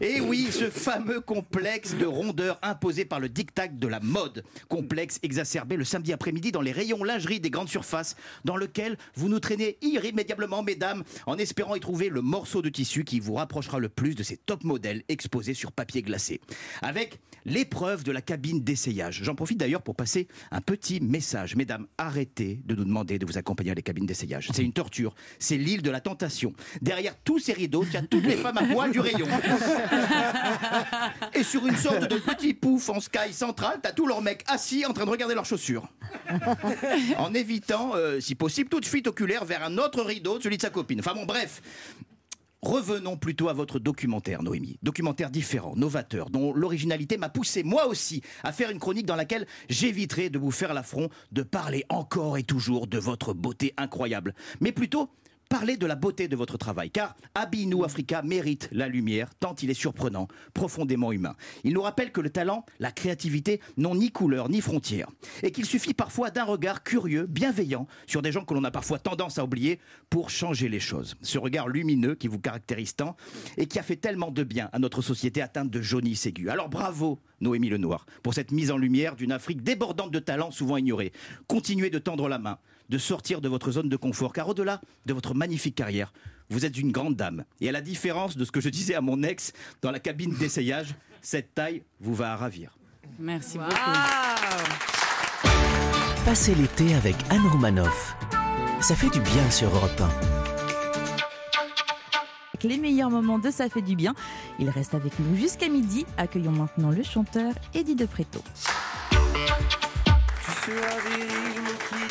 Speaker 9: Et oui, ce fameux complexe de rondeur imposé par le diktat de la mode. Complexe exacerbé le samedi après-midi dans les rayons lingerie des grandes surfaces, dans lequel vous nous traînez irrémédiablement, mesdames, en espérant y trouver le morceau de tissu qui vous rapprochera le plus de ces top modèles exposés sur papier glacé. Avec l'épreuve de la cabine d'essayage. J'en profite d'ailleurs pour passer un petit message. Mesdames, arrêtez de nous demander de vous accompagner à les cabines d'essayage. C'est une torture. C'est l'île de la tentation. Derrière tous ces rideaux, il y a toutes les femmes à poil du rayon. [laughs] Et sur une sorte de petit pouf en sky central, t'as tous leurs mecs assis en train de regarder leurs chaussures. En évitant, euh, si possible, toute fuite oculaire vers un autre rideau, celui de sa copine. Enfin bon, bref. Revenons plutôt à votre documentaire, Noémie. Documentaire différent, novateur, dont l'originalité m'a poussé, moi aussi, à faire une chronique dans laquelle j'éviterai de vous faire l'affront de parler encore et toujours de votre beauté incroyable. Mais plutôt, parler de la beauté de votre travail. Car Abinou Africa mérite la lumière, tant il est surprenant, profondément humain. Il nous rappelle que le talent, la créativité n'ont ni couleur ni frontières. Et qu'il suffit parfois d'un regard curieux, bienveillant, sur des gens que l'on a parfois tendance à oublier pour changer les choses. Ce regard lumineux qui vous caractérise tant et qui a fait tellement de bien à notre société atteinte de jaunisse aiguë. Alors bravo, Noémie Lenoir, pour cette mise en lumière d'une Afrique débordante de talents souvent ignorés. Continuez de tendre la main, de sortir de votre zone de confort, car au-delà de votre magnifique carrière, vous êtes une grande dame. Et à la différence de ce que je disais à mon ex dans la cabine d'essayage, cette taille vous va à ravir.
Speaker 6: Merci beaucoup.
Speaker 1: Passez l'été avec Anne Romanoff. Ça fait du bien sur Europe 1.
Speaker 3: Avec Les meilleurs moments de Ça fait du bien. Il reste avec nous jusqu'à midi. Accueillons maintenant le chanteur Eddie De Préto.
Speaker 12: Tu seras viril, mon kid,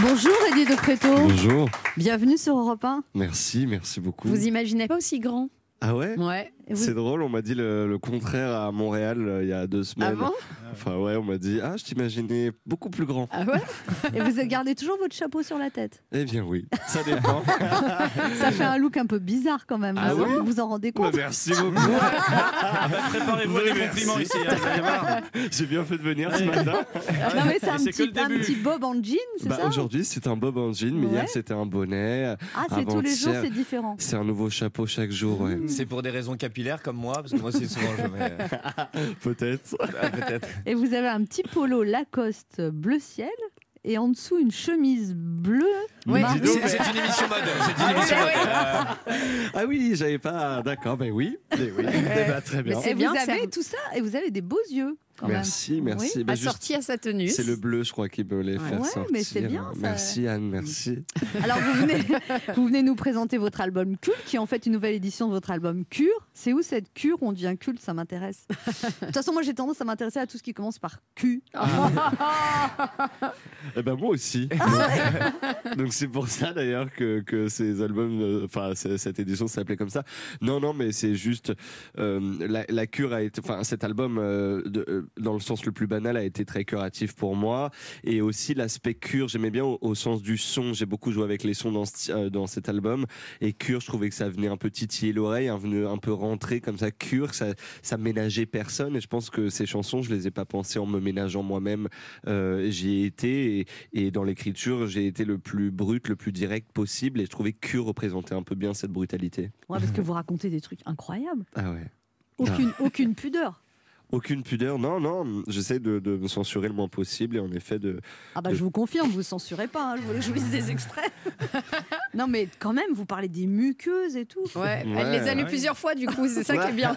Speaker 4: Bonjour Eddie de Préto.
Speaker 13: Bonjour.
Speaker 4: Bienvenue sur Europe 1.
Speaker 13: Merci, merci beaucoup.
Speaker 7: Vous imaginez pas aussi grand
Speaker 13: Ah ouais
Speaker 7: Ouais.
Speaker 13: C'est drôle, on m'a dit le, le contraire à Montréal euh, il y a deux semaines.
Speaker 4: Ah bon
Speaker 13: enfin ouais, on m'a dit ah je t'imaginais beaucoup plus grand.
Speaker 4: Ah ouais Et vous gardez toujours votre chapeau sur la tête.
Speaker 13: Eh bien oui, ça
Speaker 4: [laughs]
Speaker 13: dépend.
Speaker 4: Ça fait un look un peu bizarre quand même.
Speaker 13: Ah
Speaker 4: vous
Speaker 13: ouais
Speaker 4: vous vous en rendez
Speaker 13: Bah,
Speaker 4: compte
Speaker 13: merci beaucoup.
Speaker 14: [laughs] Préparez-vous à des compliments ici. hein, vous allez voir.
Speaker 13: [laughs] J'ai bien fait de venir ce matin.
Speaker 4: Non mais c'est un,
Speaker 13: Et c'est que
Speaker 4: petit,
Speaker 13: le
Speaker 4: un
Speaker 13: début.
Speaker 4: petit bob en jean, c'est
Speaker 13: Bah,
Speaker 4: ça
Speaker 13: Aujourd'hui, c'est un bob en jean, mais
Speaker 4: Ouais.
Speaker 13: hier, c'était un bonnet.
Speaker 4: Ah, c'est tous les jours,
Speaker 13: Avant-hier,
Speaker 4: c'est différent.
Speaker 13: C'est un nouveau chapeau chaque jour, ouais.
Speaker 9: C'est
Speaker 10: pour des raisons capillaires comme moi, parce que moi, c'est souvent. je mets-
Speaker 13: [laughs]
Speaker 10: Ah,
Speaker 13: Peut-être.
Speaker 10: Peut-être.
Speaker 4: Et vous avez un petit polo Lacoste bleu ciel. et en dessous une chemise bleue.
Speaker 15: Oui,
Speaker 4: marron.
Speaker 15: dis donc, mais c'est une émission mode.
Speaker 4: Ah
Speaker 15: C'est une émission mode. Euh,
Speaker 13: Ah oui, j'avais pas. D'accord, ben oui. ben oui. Eh ben, très bien.
Speaker 4: Et vous avez tout ça et vous avez des beaux yeux. Quand
Speaker 13: Merci,
Speaker 4: même.
Speaker 13: merci.
Speaker 4: Oui.
Speaker 13: Ben, juste- C'est le bleu, je crois, qui peut les
Speaker 4: Ouais.
Speaker 13: faire
Speaker 4: Ouais,
Speaker 13: sortir.
Speaker 4: mais c'est bien, ça.
Speaker 13: Merci, Anne, merci.
Speaker 4: Alors vous venez, [laughs] vous venez nous présenter votre album Culte, qui est en fait une nouvelle édition de votre album Cure. C'est où cette cure On devient culte, ça m'intéresse. [laughs] De toute façon, moi j'ai tendance à m'intéresser à tout ce qui commence par Q.
Speaker 7: Ah.
Speaker 13: Eh ben moi aussi. Donc- Donc c'est pour ça d'ailleurs que, que ces albums, euh, enfin c- cette édition s'appelait comme ça. Non, non, mais c'est juste euh, la, la cure a été, enfin cet album euh, de- euh, dans le sens le plus banal a été très curatif pour moi et aussi l'aspect cure. J'aimais bien au, au sens du son. J'ai beaucoup joué avec les sons dans, ce- euh, dans cet album et cure. Je trouvais que ça venait un peu titiller l'oreille, un, venu- un peu rentrer comme ça. Cure, ça, ça ménageait personne et je pense que ces chansons, je les ai pas pensées en me ménageant moi-même. Euh, j'y ai été et, et dans l'écriture, j'ai été le plus brut, le plus direct possible et je trouvais que Cure représentait un peu bien cette brutalité.
Speaker 4: [laughs] Ouais, parce que vous racontez des trucs incroyables.
Speaker 13: Ah ouais.
Speaker 4: Aucune,
Speaker 13: Ah.
Speaker 4: aucune pudeur.
Speaker 13: Aucune pudeur, non, non, j'essaie de, de me censurer le moins possible et en effet de.
Speaker 4: Ah bah
Speaker 13: de-
Speaker 4: je vous confirme, vous censurez pas. hein, je voulais que je vous lise
Speaker 7: [laughs]
Speaker 4: des extraits. non mais quand même, vous parlez des muqueuses et tout.
Speaker 7: Ouais, elle Ouais, les a lus ouais. plusieurs fois, du coup, c'est ça qui
Speaker 13: [laughs]
Speaker 7: est bien.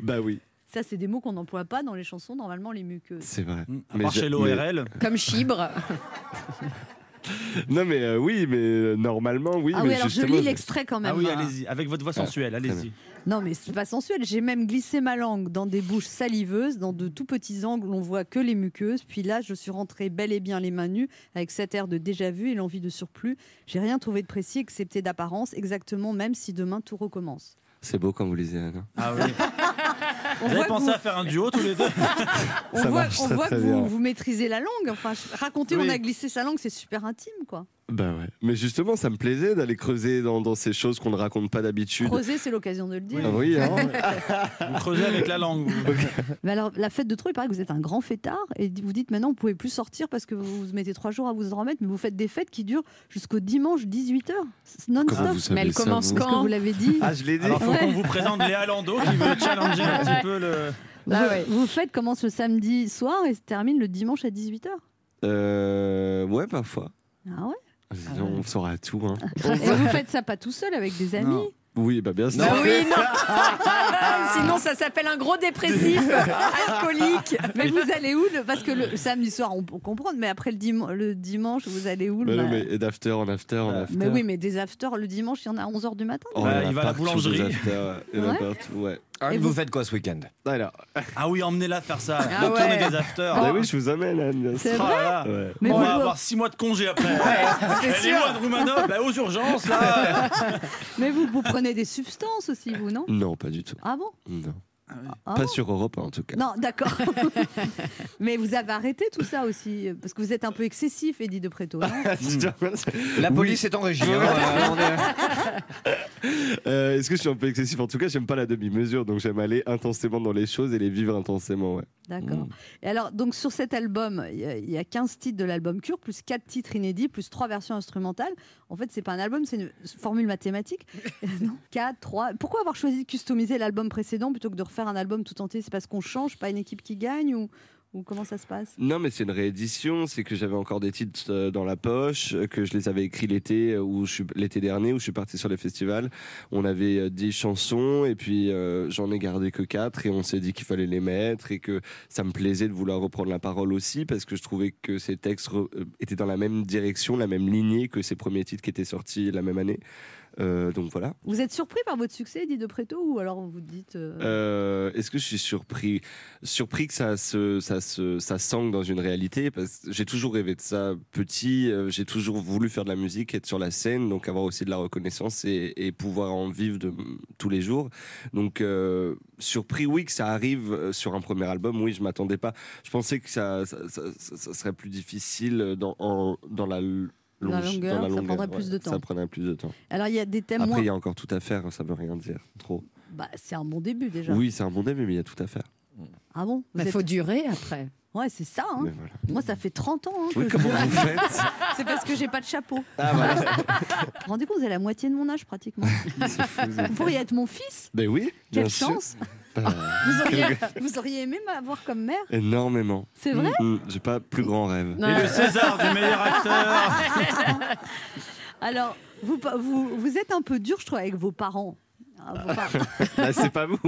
Speaker 13: Bah oui,
Speaker 4: Ça, c'est des mots qu'on n'emploie pas dans les chansons, normalement, les muqueuses.
Speaker 13: c'est vrai.
Speaker 14: Mm, À part
Speaker 13: j'ai-
Speaker 14: chez l'ORL.
Speaker 7: Comme
Speaker 6: [laughs]
Speaker 7: chibre.
Speaker 13: Non mais euh, oui, mais euh, normalement oui.
Speaker 4: Ah
Speaker 13: mais
Speaker 4: oui, alors je
Speaker 13: justement,
Speaker 4: lis l'extrait quand même.
Speaker 14: Ah oui,
Speaker 4: hein.
Speaker 14: allez-y, avec votre voix sensuelle, allez-y.
Speaker 4: Non, mais c'est pas sensuel. J'ai même glissé ma langue dans des bouches saliveuses, dans de tout petits angles, on voit que les muqueuses. Puis là, je suis rentrée bel et bien les mains nues, avec cet air de déjà-vu et l'envie de surplus. J'ai rien trouvé de précis, excepté d'apparence, exactement, même si demain tout recommence.
Speaker 13: C'est beau quand vous lisez Anne. hein.
Speaker 14: Ah oui.
Speaker 4: [laughs] On
Speaker 14: Vous avez
Speaker 4: voit que
Speaker 14: pensé
Speaker 4: vous-
Speaker 14: à faire un duo tous les deux
Speaker 4: On
Speaker 13: Ça
Speaker 4: voit,
Speaker 13: marche
Speaker 4: on
Speaker 13: très,
Speaker 4: voit
Speaker 13: très
Speaker 4: que
Speaker 13: bien.
Speaker 4: vous, vous maîtrisez la langue. Enfin, je- racontez,
Speaker 13: Oui.
Speaker 4: on a glissé sa langue, c'est super intime, quoi.
Speaker 13: Bah ouais. Mais justement, ça me plaisait d'aller creuser dans, dans ces choses qu'on ne raconte pas d'habitude.
Speaker 4: Creuser, c'est l'occasion de le dire.
Speaker 13: Ah oui, hein.
Speaker 14: [laughs] Vous creusez avec la langue. vous.
Speaker 4: Mais alors, la fête de trop, il paraît que vous êtes un grand fêtard et vous dites maintenant, vous pouvez plus sortir parce que vous vous mettez trois jours à vous en remettre, mais vous faites des fêtes qui durent jusqu'au dimanche 18h,
Speaker 13: Comment
Speaker 4: non-stop.
Speaker 13: vous savez Mais elle ça, commence vous
Speaker 4: Parce Ah, que
Speaker 13: quand
Speaker 4: vous l'avez dit.
Speaker 13: Ah, je l'ai dit.
Speaker 14: Alors, faut
Speaker 4: Ouais.
Speaker 14: qu'on vous présente Léa Lando qui veut challenger un petit peu le.
Speaker 7: Ah
Speaker 4: vous, vous faites commence le samedi soir et se termine le dimanche à 18h.
Speaker 13: Euh, ouais, parfois.
Speaker 4: Ah ouais
Speaker 13: On saura tout. Hein.
Speaker 4: [laughs] Et vous faites ça pas tout seul avec des amis
Speaker 13: Oui, bah bien sûr.
Speaker 7: Bah oui,
Speaker 13: [laughs]
Speaker 7: non. Sinon, ça s'appelle un gros dépressif alcoolique.
Speaker 4: Mais vous allez où le- Parce que le samedi soir, on peut comprendre, mais après le, diman- le dimanche, vous allez où le
Speaker 13: Mais non,
Speaker 4: ma-
Speaker 13: mais et d'after en after en after.
Speaker 4: Mais oui, mais des afters, le dimanche, il y en a à 11h du matin.
Speaker 13: Oh, il y en
Speaker 14: Bah,
Speaker 13: a
Speaker 14: il va à la
Speaker 13: partout des
Speaker 14: boulangerie.
Speaker 13: afters, ouais. Il y en a
Speaker 4: Ouais.
Speaker 13: partout, ouais.
Speaker 15: Anne, vous faites quoi ce week-end
Speaker 13: Alors.
Speaker 14: Ah oui, emmenez-la faire ça.
Speaker 7: Ah
Speaker 14: la tournée
Speaker 7: ouais.
Speaker 14: des afters.
Speaker 13: Bah oui, je vous amène, Anne. bien
Speaker 4: C'est
Speaker 13: sûr.
Speaker 14: Ah là là.
Speaker 13: Ouais.
Speaker 4: Mais
Speaker 14: on
Speaker 4: vous-
Speaker 14: va avoir 6 mois de congé après.
Speaker 7: c'est
Speaker 14: Elle est
Speaker 7: sûr.
Speaker 14: loin de Roumanoff, bah, aux urgences
Speaker 4: [laughs]
Speaker 14: là.
Speaker 4: Mais vous, vous prenez des substances aussi, vous, non
Speaker 13: Non, pas du tout.
Speaker 4: Ah bon
Speaker 13: Non.
Speaker 4: Ah
Speaker 13: pas
Speaker 4: bon
Speaker 13: sur Europe, hein, en tout cas.
Speaker 4: Non, d'accord. [laughs] Mais vous avez arrêté tout ça aussi, euh, parce que vous êtes un peu excessif, Eddie de Préto.
Speaker 13: [laughs]
Speaker 4: non
Speaker 15: Hmm. La police est en régie. hein, voilà, on est-
Speaker 13: Euh, Est-ce que je suis un peu excessif En tout cas, j'aime pas la demi-mesure, donc j'aime aller intensément dans les choses et les vivre intensément. Ouais. Mm. Hmm.
Speaker 4: D'accord. Et alors, donc sur cet album, il y a- il y, a 15 titres de l'album Cure, plus 4 titres inédits, plus 3 versions instrumentales. En fait, c'est pas un album, c'est une
Speaker 13: [laughs]
Speaker 4: formule mathématique. Euh, non 4, 3. Pourquoi avoir choisi de customiser l'album précédent plutôt que de refaire un album tout entier C'est parce qu'on change, pas une équipe qui gagne ou, ou comment ça se passe
Speaker 13: Non, mais c'est une réédition. C'est que j'avais encore des titres euh, dans la poche, euh, que je les avais écrits l'été euh, où je suis- l'été dernier où je suis parti sur les festivals. On avait euh, 10 chansons et puis euh, j'en ai gardé que 4 et on s'est dit qu'il fallait les mettre et que ça me plaisait de vouloir reprendre la parole aussi parce que je trouvais que ces textes re- euh, étaient dans la même direction, la même lignée que ces premiers titres qui étaient sortis la même année. Euh, donc voilà.
Speaker 4: Vous êtes surpris par votre succès, Eddie de Préto, ou alors vous dites. euh,
Speaker 13: Euh, Est-ce que je suis surpris Surpris que ça se, ça se, ça sangle dans une réalité parce que j'ai toujours rêvé de ça petit. euh, j'ai toujours voulu faire de la musique, être sur la scène, donc avoir aussi de la reconnaissance et, et pouvoir en vivre de, tous les jours. Donc euh, surpris, oui, que ça arrive euh, sur un premier album. Oui, je m'attendais pas. Je pensais que ça, ça, ça- ça- ça serait plus difficile euh, dans, en- dans la longue-
Speaker 4: Dans la longueur, ça prendrait plus de
Speaker 13: Ça
Speaker 4: temps.
Speaker 13: prendrait plus de temps.
Speaker 4: Alors, il y a des thèmes
Speaker 13: Après, il y
Speaker 4: moins.
Speaker 13: a encore tout à faire. Ça veut rien dire trop.
Speaker 4: Bah, c'est un bon début déjà.
Speaker 13: Oui, c'est un bon début, mais il y a tout à faire.
Speaker 4: Ah bon
Speaker 7: Il
Speaker 4: Vous êtes-
Speaker 7: faut durer après.
Speaker 4: Ouais, c'est ça. hein.
Speaker 13: Mais voilà.
Speaker 4: Moi, ça fait 30 ans. hein, que
Speaker 13: Oui,
Speaker 4: je
Speaker 13: comment
Speaker 4: dure.
Speaker 13: vous
Speaker 4: [laughs]
Speaker 13: faites
Speaker 4: C'est parce que j'ai pas de chapeau.
Speaker 13: Ah, voilà.
Speaker 4: Rendez compte, vous avez la moitié de mon âge pratiquement.
Speaker 13: [laughs] C'est fou, ça.
Speaker 4: Vous pourriez être mon fils.
Speaker 13: [laughs] Ben oui, bien
Speaker 4: Quelle
Speaker 13: sûr.
Speaker 4: chance [laughs]
Speaker 13: pas.
Speaker 4: Vous auriez, vous auriez aimé m'avoir comme mère
Speaker 13: Énormément.
Speaker 4: C'est vrai
Speaker 13: Mm, J'ai pas plus grand rêve.
Speaker 4: Non.
Speaker 16: acteur.
Speaker 4: [laughs] Alors, vous, pa- vous, vous êtes un peu dur, je trouve, avec vos parents. Ah, vos parents.
Speaker 13: [laughs] Bah, c'est pas vous.
Speaker 4: [laughs]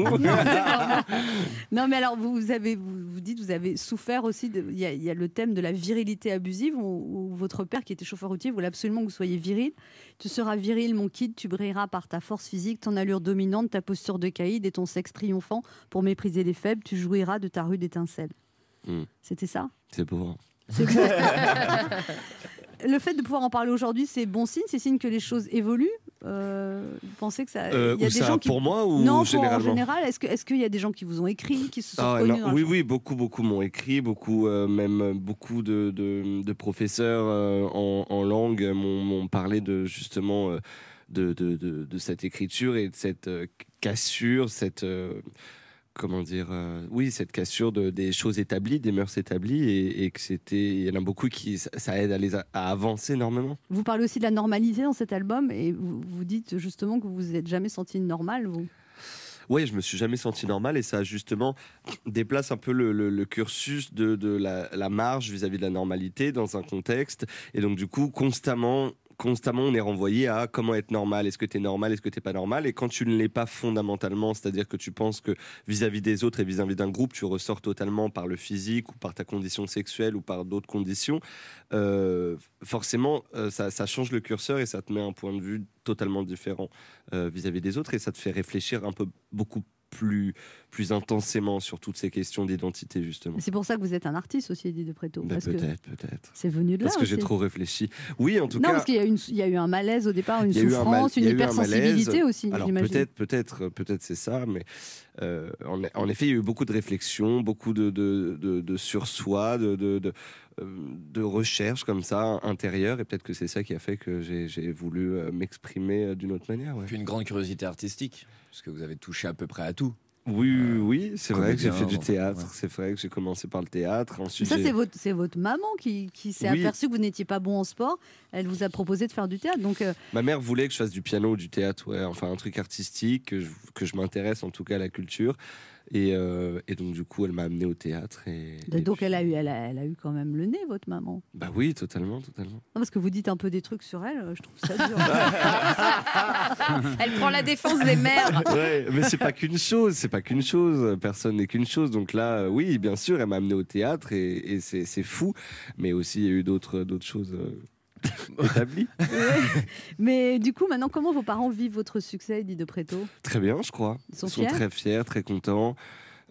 Speaker 4: non, mais alors, vous, avez, vous, vous dites, vous avez souffert aussi. de- Il y, a- il y a le thème de la virilité abusive, où, où votre père, qui était chauffeur routier, voulait absolument que vous soyez viril. Tu seras viril, mon kid, tu brilleras par ta force physique, ton allure dominante, ta posture de caïd et ton sexe triomphant. Pour mépriser les faibles, tu jouiras de ta rude étincelle.
Speaker 13: Mm.
Speaker 4: C'était ça
Speaker 13: C'est beau. hein. [laughs]
Speaker 4: Le fait de pouvoir en parler aujourd'hui, c'est bon signe, c'est signe que les choses évoluent. Euh, vous pensez que ça.
Speaker 13: Euh,
Speaker 4: il y a
Speaker 13: où
Speaker 4: des
Speaker 13: ça,
Speaker 4: gens qui...
Speaker 13: pour moi ou
Speaker 4: non, pour- en
Speaker 13: généralement
Speaker 4: général, est-ce que- est-ce qu'il y a des gens qui vous ont écrit, qui se sont
Speaker 13: Ah ouais,
Speaker 4: reconnus
Speaker 13: non,
Speaker 4: dans la
Speaker 13: Oui,
Speaker 4: chanson
Speaker 13: oui, beaucoup, beaucoup m'ont écrit, beaucoup, euh, même euh, beaucoup de, de- de professeurs euh, en, en langue m'ont m'ont parlé de justement euh, de, de- de- de cette écriture et de cette euh, cassure, cette euh, comment dire, euh, oui, cette cassure de, des choses établies, des mœurs établies, et, et que c'était, il y en a beaucoup qui ça, ça aide à les a- à avancer énormément.
Speaker 4: Vous parlez aussi de la normalité dans cet album et vous, vous dites justement que vous vous êtes jamais senti normale. Vous.
Speaker 13: Ouais, je me suis jamais senti normal et ça justement déplace un peu le, le- le cursus de, de la, la marge vis-à-vis de la normalité dans un contexte et donc du coup constamment constamment on est renvoyé à comment être normal est-ce que tu es normal est-ce que t'es pas normal et quand tu ne l'es pas fondamentalement c'est-à-dire que tu penses que vis-à-vis des autres et vis-à-vis d'un groupe tu ressors totalement par le physique ou par ta condition sexuelle ou par d'autres conditions euh, forcément euh, ça, ça change le curseur et ça te met un point de vue totalement différent euh, vis-à-vis des autres et ça te fait réfléchir un peu beaucoup plus, plus intensément sur toutes ces questions d'identité, justement.
Speaker 4: C'est pour ça que vous êtes un artiste aussi, dit de Préto.
Speaker 13: Ben,
Speaker 4: parce que-
Speaker 13: peut-être, peut-être.
Speaker 4: C'est venu de là
Speaker 13: Parce que j'ai
Speaker 4: aussi.
Speaker 13: trop réfléchi. Oui, en tout
Speaker 4: non,
Speaker 13: cas.
Speaker 4: parce qu'il y, a une- il y a eu un malaise au départ, une
Speaker 13: il y a eu un mal-
Speaker 4: souffrance,
Speaker 13: il y a
Speaker 4: une
Speaker 13: eu un malaise.
Speaker 4: hypersensibilité aussi,
Speaker 13: Alors
Speaker 4: j'imagine.
Speaker 13: peut-être, peut-être, peut-être c'est ça, mais euh, en, en effet, il y a eu beaucoup de réflexions, beaucoup de, de, de, de sur-soi, de, de, de, euh, de recherche comme ça intérieure, et peut-être que c'est ça qui a fait que j'ai j'ai voulu euh, m'exprimer euh, d'une autre manière. ouais.
Speaker 12: Puis une grande curiosité artistique, parce que vous avez touché à peu près à tout. Euh,
Speaker 13: Oui, oui, oui, c'est vrai que j'ai fait
Speaker 12: comédien,
Speaker 13: du
Speaker 12: enfin,
Speaker 13: théâtre. C'est vrai que j'ai commencé par le théâtre.
Speaker 4: Mais
Speaker 13: Ensuite,
Speaker 4: ça,
Speaker 13: j'ai-
Speaker 4: c'est votre, c'est votre maman qui, qui s'est
Speaker 13: Oui.
Speaker 4: aperçue que vous n'étiez pas bon en sport. Elle vous a proposé de faire du théâtre. Donc, euh,
Speaker 13: ma mère voulait que je fasse du piano ou du théâtre, ouais, enfin un truc artistique, que je, que je m'intéresse en tout cas à la culture. Et, euh, et donc, du coup, elle m'a amené au théâtre. Et, et-
Speaker 4: donc elle, a eu, elle, a, elle a eu quand même le nez, votre maman. Non,
Speaker 13: Bah oui, totalement,
Speaker 4: [laughs]
Speaker 13: totalement.
Speaker 4: parce que vous dites un peu des trucs sur elle, euh, je trouve ça
Speaker 7: [laughs]
Speaker 4: dur. [laughs]
Speaker 7: Elle prend la défense des mères.
Speaker 13: [laughs] Ouais, mais c'est pas qu'une chose, c'est pas qu'une chose, personne n'est qu'une chose. Donc là, euh, oui, bien sûr, elle m'a amené au théâtre et, et c'est c'est fou, mais aussi il y a eu d'autres d'autres choses euh, [laughs]
Speaker 4: [laughs]
Speaker 13: établies.
Speaker 4: Mais du coup, maintenant, comment vos parents vivent votre succès, dit de Préto
Speaker 13: Très bien, je crois.
Speaker 4: Ils sont fiers
Speaker 13: très fiers, très contents.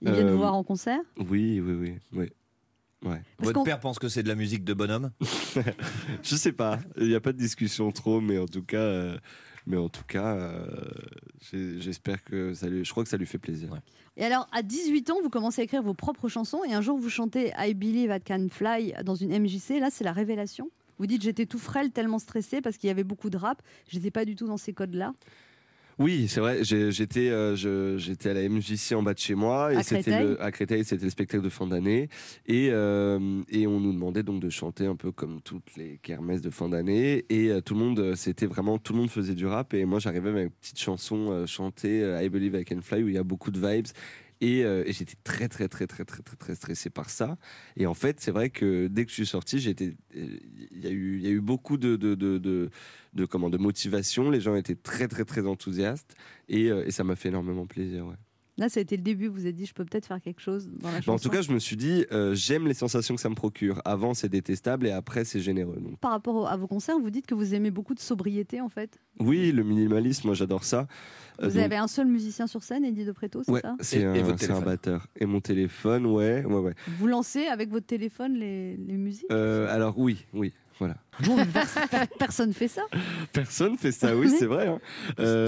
Speaker 4: Ils viennent
Speaker 13: Euh,
Speaker 4: vous voir en concert
Speaker 13: Oui, oui, oui. oui. Ouais.
Speaker 4: Parce Votre qu'on-
Speaker 12: père pense que c'est de la musique de bonhomme
Speaker 13: [laughs] Je sais pas. Il n'y a pas de discussion trop, mais en tout cas, euh, mais en tout cas, euh, j'ai- j'espère que ça lui. Je crois que ça lui fait plaisir.
Speaker 4: Et alors, à 18 ans, vous commencez à écrire vos propres chansons et un jour, vous chantez I Believe I Can Fly dans une MJC. Là, c'est la révélation. Vous dites J'étais tout frêle, tellement stressée parce qu'il y avait beaucoup de rap. J'étais pas du tout dans ces codes-là.
Speaker 13: Oui, c'est vrai. j'ai- J'étais, euh, je- j'étais à la MJC en bas de chez moi
Speaker 4: À
Speaker 13: et c'était
Speaker 4: Créteil.
Speaker 13: le, euh, à Créteil, c'était le spectacle de fin d'année et euh, et on nous demandait donc de chanter un peu comme toutes les kermesses de fin d'année et euh, tout le monde, euh, c'était vraiment tout le monde faisait du rap et moi j'arrivais avec une petite chanson euh, chantée euh, I Believe I Can Fly où il y a beaucoup de vibes. Et, euh, et j'étais très très très très très très très stressé par ça. Et en fait, c'est vrai que dès que je suis sorti, j'étais, euh, il y a eu il y a eu beaucoup de de, de, de de comment de motivation. Les gens étaient très très très enthousiastes et, euh, et ça m'a fait énormément plaisir. ouais.
Speaker 4: Là, ça a été le début. Vous vous êtes dit Je peux peut-être faire quelque chose dans la
Speaker 13: Bah,
Speaker 4: chanson.
Speaker 13: en tout cas, je me suis dit euh, j'aime les sensations que ça me procure. Avant, c'est détestable et après, c'est généreux. Donc,
Speaker 4: Par rapport au- à vos concerts, vous dites que vous aimez beaucoup de sobriété, en fait.
Speaker 13: oui, le minimalisme, moi, j'adore ça. Euh,
Speaker 4: Vous
Speaker 13: donc-
Speaker 4: avez un seul musicien sur scène, Eddie de Préto, c'est
Speaker 13: Ouais,
Speaker 4: ça
Speaker 13: c'est un, c'est un batteur. Et mon téléphone, ouais, ouais, ouais.
Speaker 4: Vous lancez avec votre téléphone les, les musiques
Speaker 13: Euh, alors oui, oui, voilà.
Speaker 4: [laughs] Personne fait ça.
Speaker 13: [laughs] Personne fait ça, oui, c'est vrai. hein. Euh,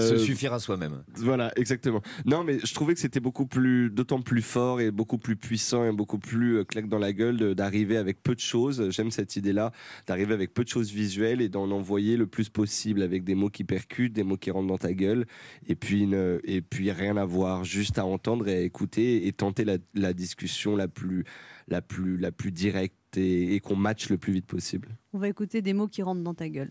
Speaker 12: [laughs] Se suffire à soi-même.
Speaker 13: Voilà, exactement. Non, mais je trouvais que c'était beaucoup plus, d'autant plus fort et beaucoup plus puissant et beaucoup plus euh, claque dans la gueule de- d'arriver avec peu de choses. J'aime cette idée-là, d'arriver avec peu de choses visuelles et d'en envoyer le plus possible avec des mots qui percutent, des mots qui rentrent dans ta gueule et puis, une- et puis rien à voir, juste à entendre et à écouter et tenter la, la discussion la plus, la plus, la plus directe et- et qu'on matche le plus vite possible.
Speaker 4: On va écouter des mots qui rentrent dans ta gueule.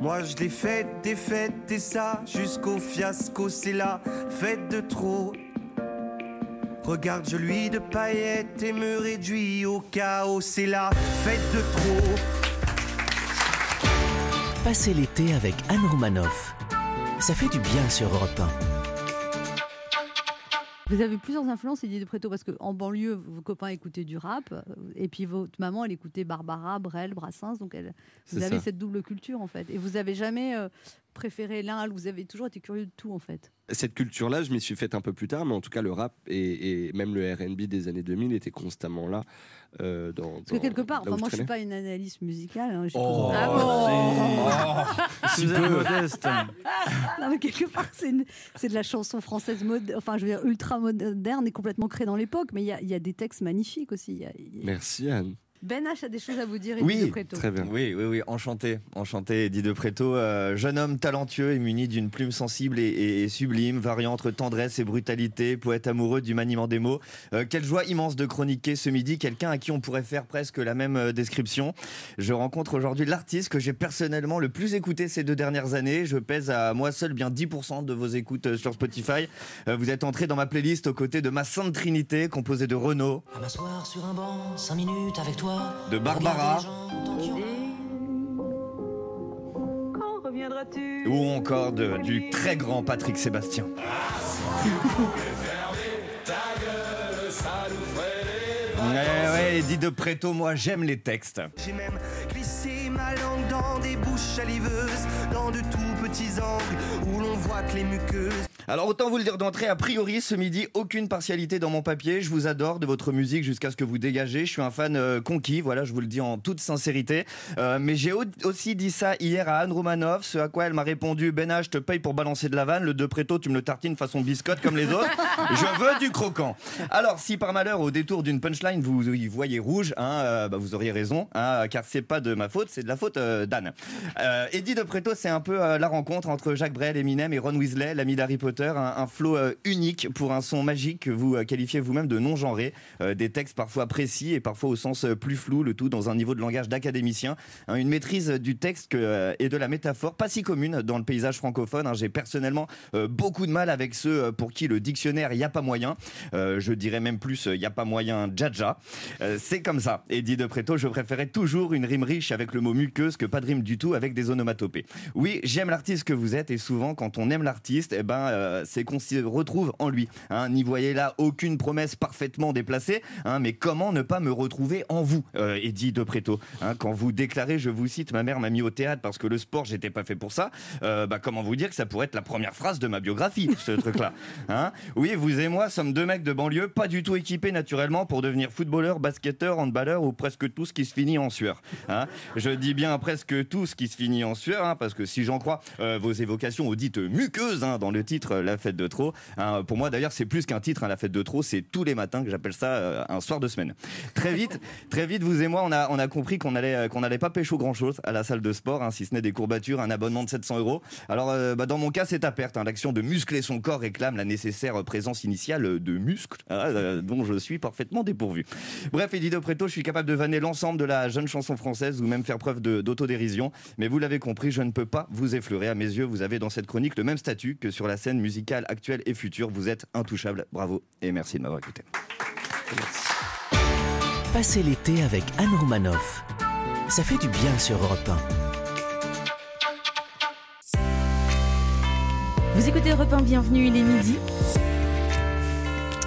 Speaker 12: Moi je l'ai fait des fêtes et ça jusqu'au fiasco c'est la fête de trop Regarde je lui de paillettes et me réduis au chaos c'est la fête de trop
Speaker 1: Passez l'été avec Anne Romanoff. Ça fait du bien sur Europe 1.
Speaker 4: Vous avez plusieurs influences, Eddie de Preto, parce qu'en banlieue, vos copains écoutaient du rap, euh, et puis votre maman, elle écoutait Barbara, Brel, Brassens, donc elle, vous
Speaker 15: C'est
Speaker 4: avez
Speaker 15: ça.
Speaker 4: cette double culture en fait. Et vous avez jamais euh, préféré l'un à l'autre, vous avez toujours été curieux de tout en fait.
Speaker 13: cette culture-là, je m'y suis faite un peu plus tard, mais en tout cas, le rap et, et même le RB des années 2000 étaient constamment là. euh, dans,
Speaker 4: Parce que quelque part, enfin, moi je suis
Speaker 13: pas
Speaker 4: pas une analyste musicale. hein, je suis
Speaker 13: Oh,
Speaker 4: pas- [laughs]
Speaker 14: si
Speaker 13: peu.
Speaker 14: modeste.
Speaker 4: Non, mais quelque part, c'est une- c'est de la chanson française mode, enfin, je veux dire, ultra moderne et complètement créée dans l'époque. Mais il y, a- il y a des textes magnifiques aussi. il y a- il y a-
Speaker 13: Merci Anne.
Speaker 4: Ben H a des choses à vous dire. Eddie de
Speaker 15: Oui,
Speaker 4: Preto.
Speaker 15: Oui, oui, oui, enchanté, enchanté, Eddie de Préto, euh, jeune homme talentueux et muni d'une plume sensible et, et- et sublime, variant entre tendresse et brutalité, poète amoureux du maniement des mots. Euh, quelle joie immense de chroniquer ce midi quelqu'un à qui on pourrait faire presque la même euh, description. Je rencontre aujourd'hui l'artiste que j'ai personnellement le plus écouté ces deux dernières années. Je pèse à moi seul bien 10% de vos écoutes euh, sur Spotify. Euh, vous êtes entré dans ma playlist aux côtés de ma Sainte Trinité, composée de Renaud,
Speaker 2: À m'asseoir sur un banc, 5 minutes avec toi.
Speaker 15: de Barbara.
Speaker 17: Quand reviendras-tu
Speaker 15: ou encore de- du très grand Patrick Sébastien. Ouais, Eh ouais, dit de préto, moi j'aime les textes.
Speaker 12: J'ai même glissé ma langue dans des bouches saliveuses, dans de tout petits angles où l'on voit que les muqueuses.
Speaker 15: Alors autant vous le dire d'entrée, a priori ce midi, aucune partialité dans mon papier. Je vous adore de votre musique jusqu'à ce que vous dégagez. Je suis un fan euh, conquis, voilà, je vous le dis en toute sincérité. Euh, mais j'ai au- aussi dit ça hier à Anne Roumanoff, ce à quoi elle m'a répondu Ben H, je te paye pour balancer de la vanne, le de préto, tu me le tartines façon biscotte comme les autres. Je veux du croquant. Alors si par malheur au détour d'une punchline vous y voyez rouge, hein, euh, bah, vous auriez raison, hein, car c'est pas de ma faute, c'est de la faute euh, d'Anne. Euh, Eddie de Preto, c'est un peu euh, la rencontre entre Jacques Brel, Eminem et Ron Weasley, l'ami d'Harry Potter, un, un flow euh, unique pour un son magique que vous euh, qualifiez vous-même de non genré, Euh, des textes parfois précis et parfois au sens euh, plus flou, le tout dans un niveau de langage d'académicien, Hein, une maîtrise euh, du texte que, euh, et de la métaphore pas si commune dans le paysage francophone. hein. J'ai personnellement euh, beaucoup de mal avec ceux euh, pour qui le dictionnaire y a pas moyen. Euh, je dirais même plus euh, y a pas moyen jaja. Euh, c'est comme ça. Et dit de Préto, je préférais toujours une rime riche avec le mot muqueuse que pas de rime du tout avec des onomatopées. Oui, j'aime l'artiste que vous êtes et souvent quand on aime l'artiste, eh ben euh, c'est qu'on s'y retrouve en lui. hein. N'y voyez là aucune promesse parfaitement déplacée, hein, mais comment ne pas me retrouver en vous, euh, Eddie de Préto hein, Quand vous déclarez, je vous cite, ma mère m'a mis au théâtre parce que le sport, j'étais pas fait pour ça, euh, bah, comment vous dire que ça pourrait être la première phrase de ma biographie, ce [laughs] truc-là hein Oui, vous et moi sommes deux mecs de banlieue, pas du tout équipés naturellement pour devenir footballeurs, basketteurs, handballeurs ou presque tout ce qui se finit en sueur. hein. Je dis bien presque tout ce qui se finit en sueur, hein, parce que si j'en crois euh, vos évocations aux dites muqueuses hein, dans le titre euh, La fête de trop, hein, pour moi d'ailleurs c'est plus qu'un titre, hein, La fête de trop, c'est tous les matins que j'appelle ça euh, un soir de semaine. Très vite, très vite, vous et moi, on a, on a compris qu'on allait, euh, qu'on n'allait pas pécho grand-chose à la salle de sport, hein, si ce n'est des courbatures, un abonnement de 700 euros. Alors euh, bah, dans mon cas, c'est à perte. hein. L'action de muscler son corps réclame la nécessaire présence initiale euh, de muscles hein, euh, dont je suis parfaitement dépourvu. Bref, Eddie de Preto, je suis capable de vanner l'ensemble de la jeune chanson française ou même faire preuve de- d'autodérision. Mais vous l'avez compris, je ne peux pas vous effleurer. À mes yeux, vous avez dans cette chronique le même statut que sur la scène musicale actuelle et future. Vous êtes intouchable. Bravo et merci de m'avoir écouté.
Speaker 1: Passez l'été avec Anne Romanoff. Ça fait du bien sur Europe 1.
Speaker 3: Vous écoutez Europe 1, bienvenue, il est midi.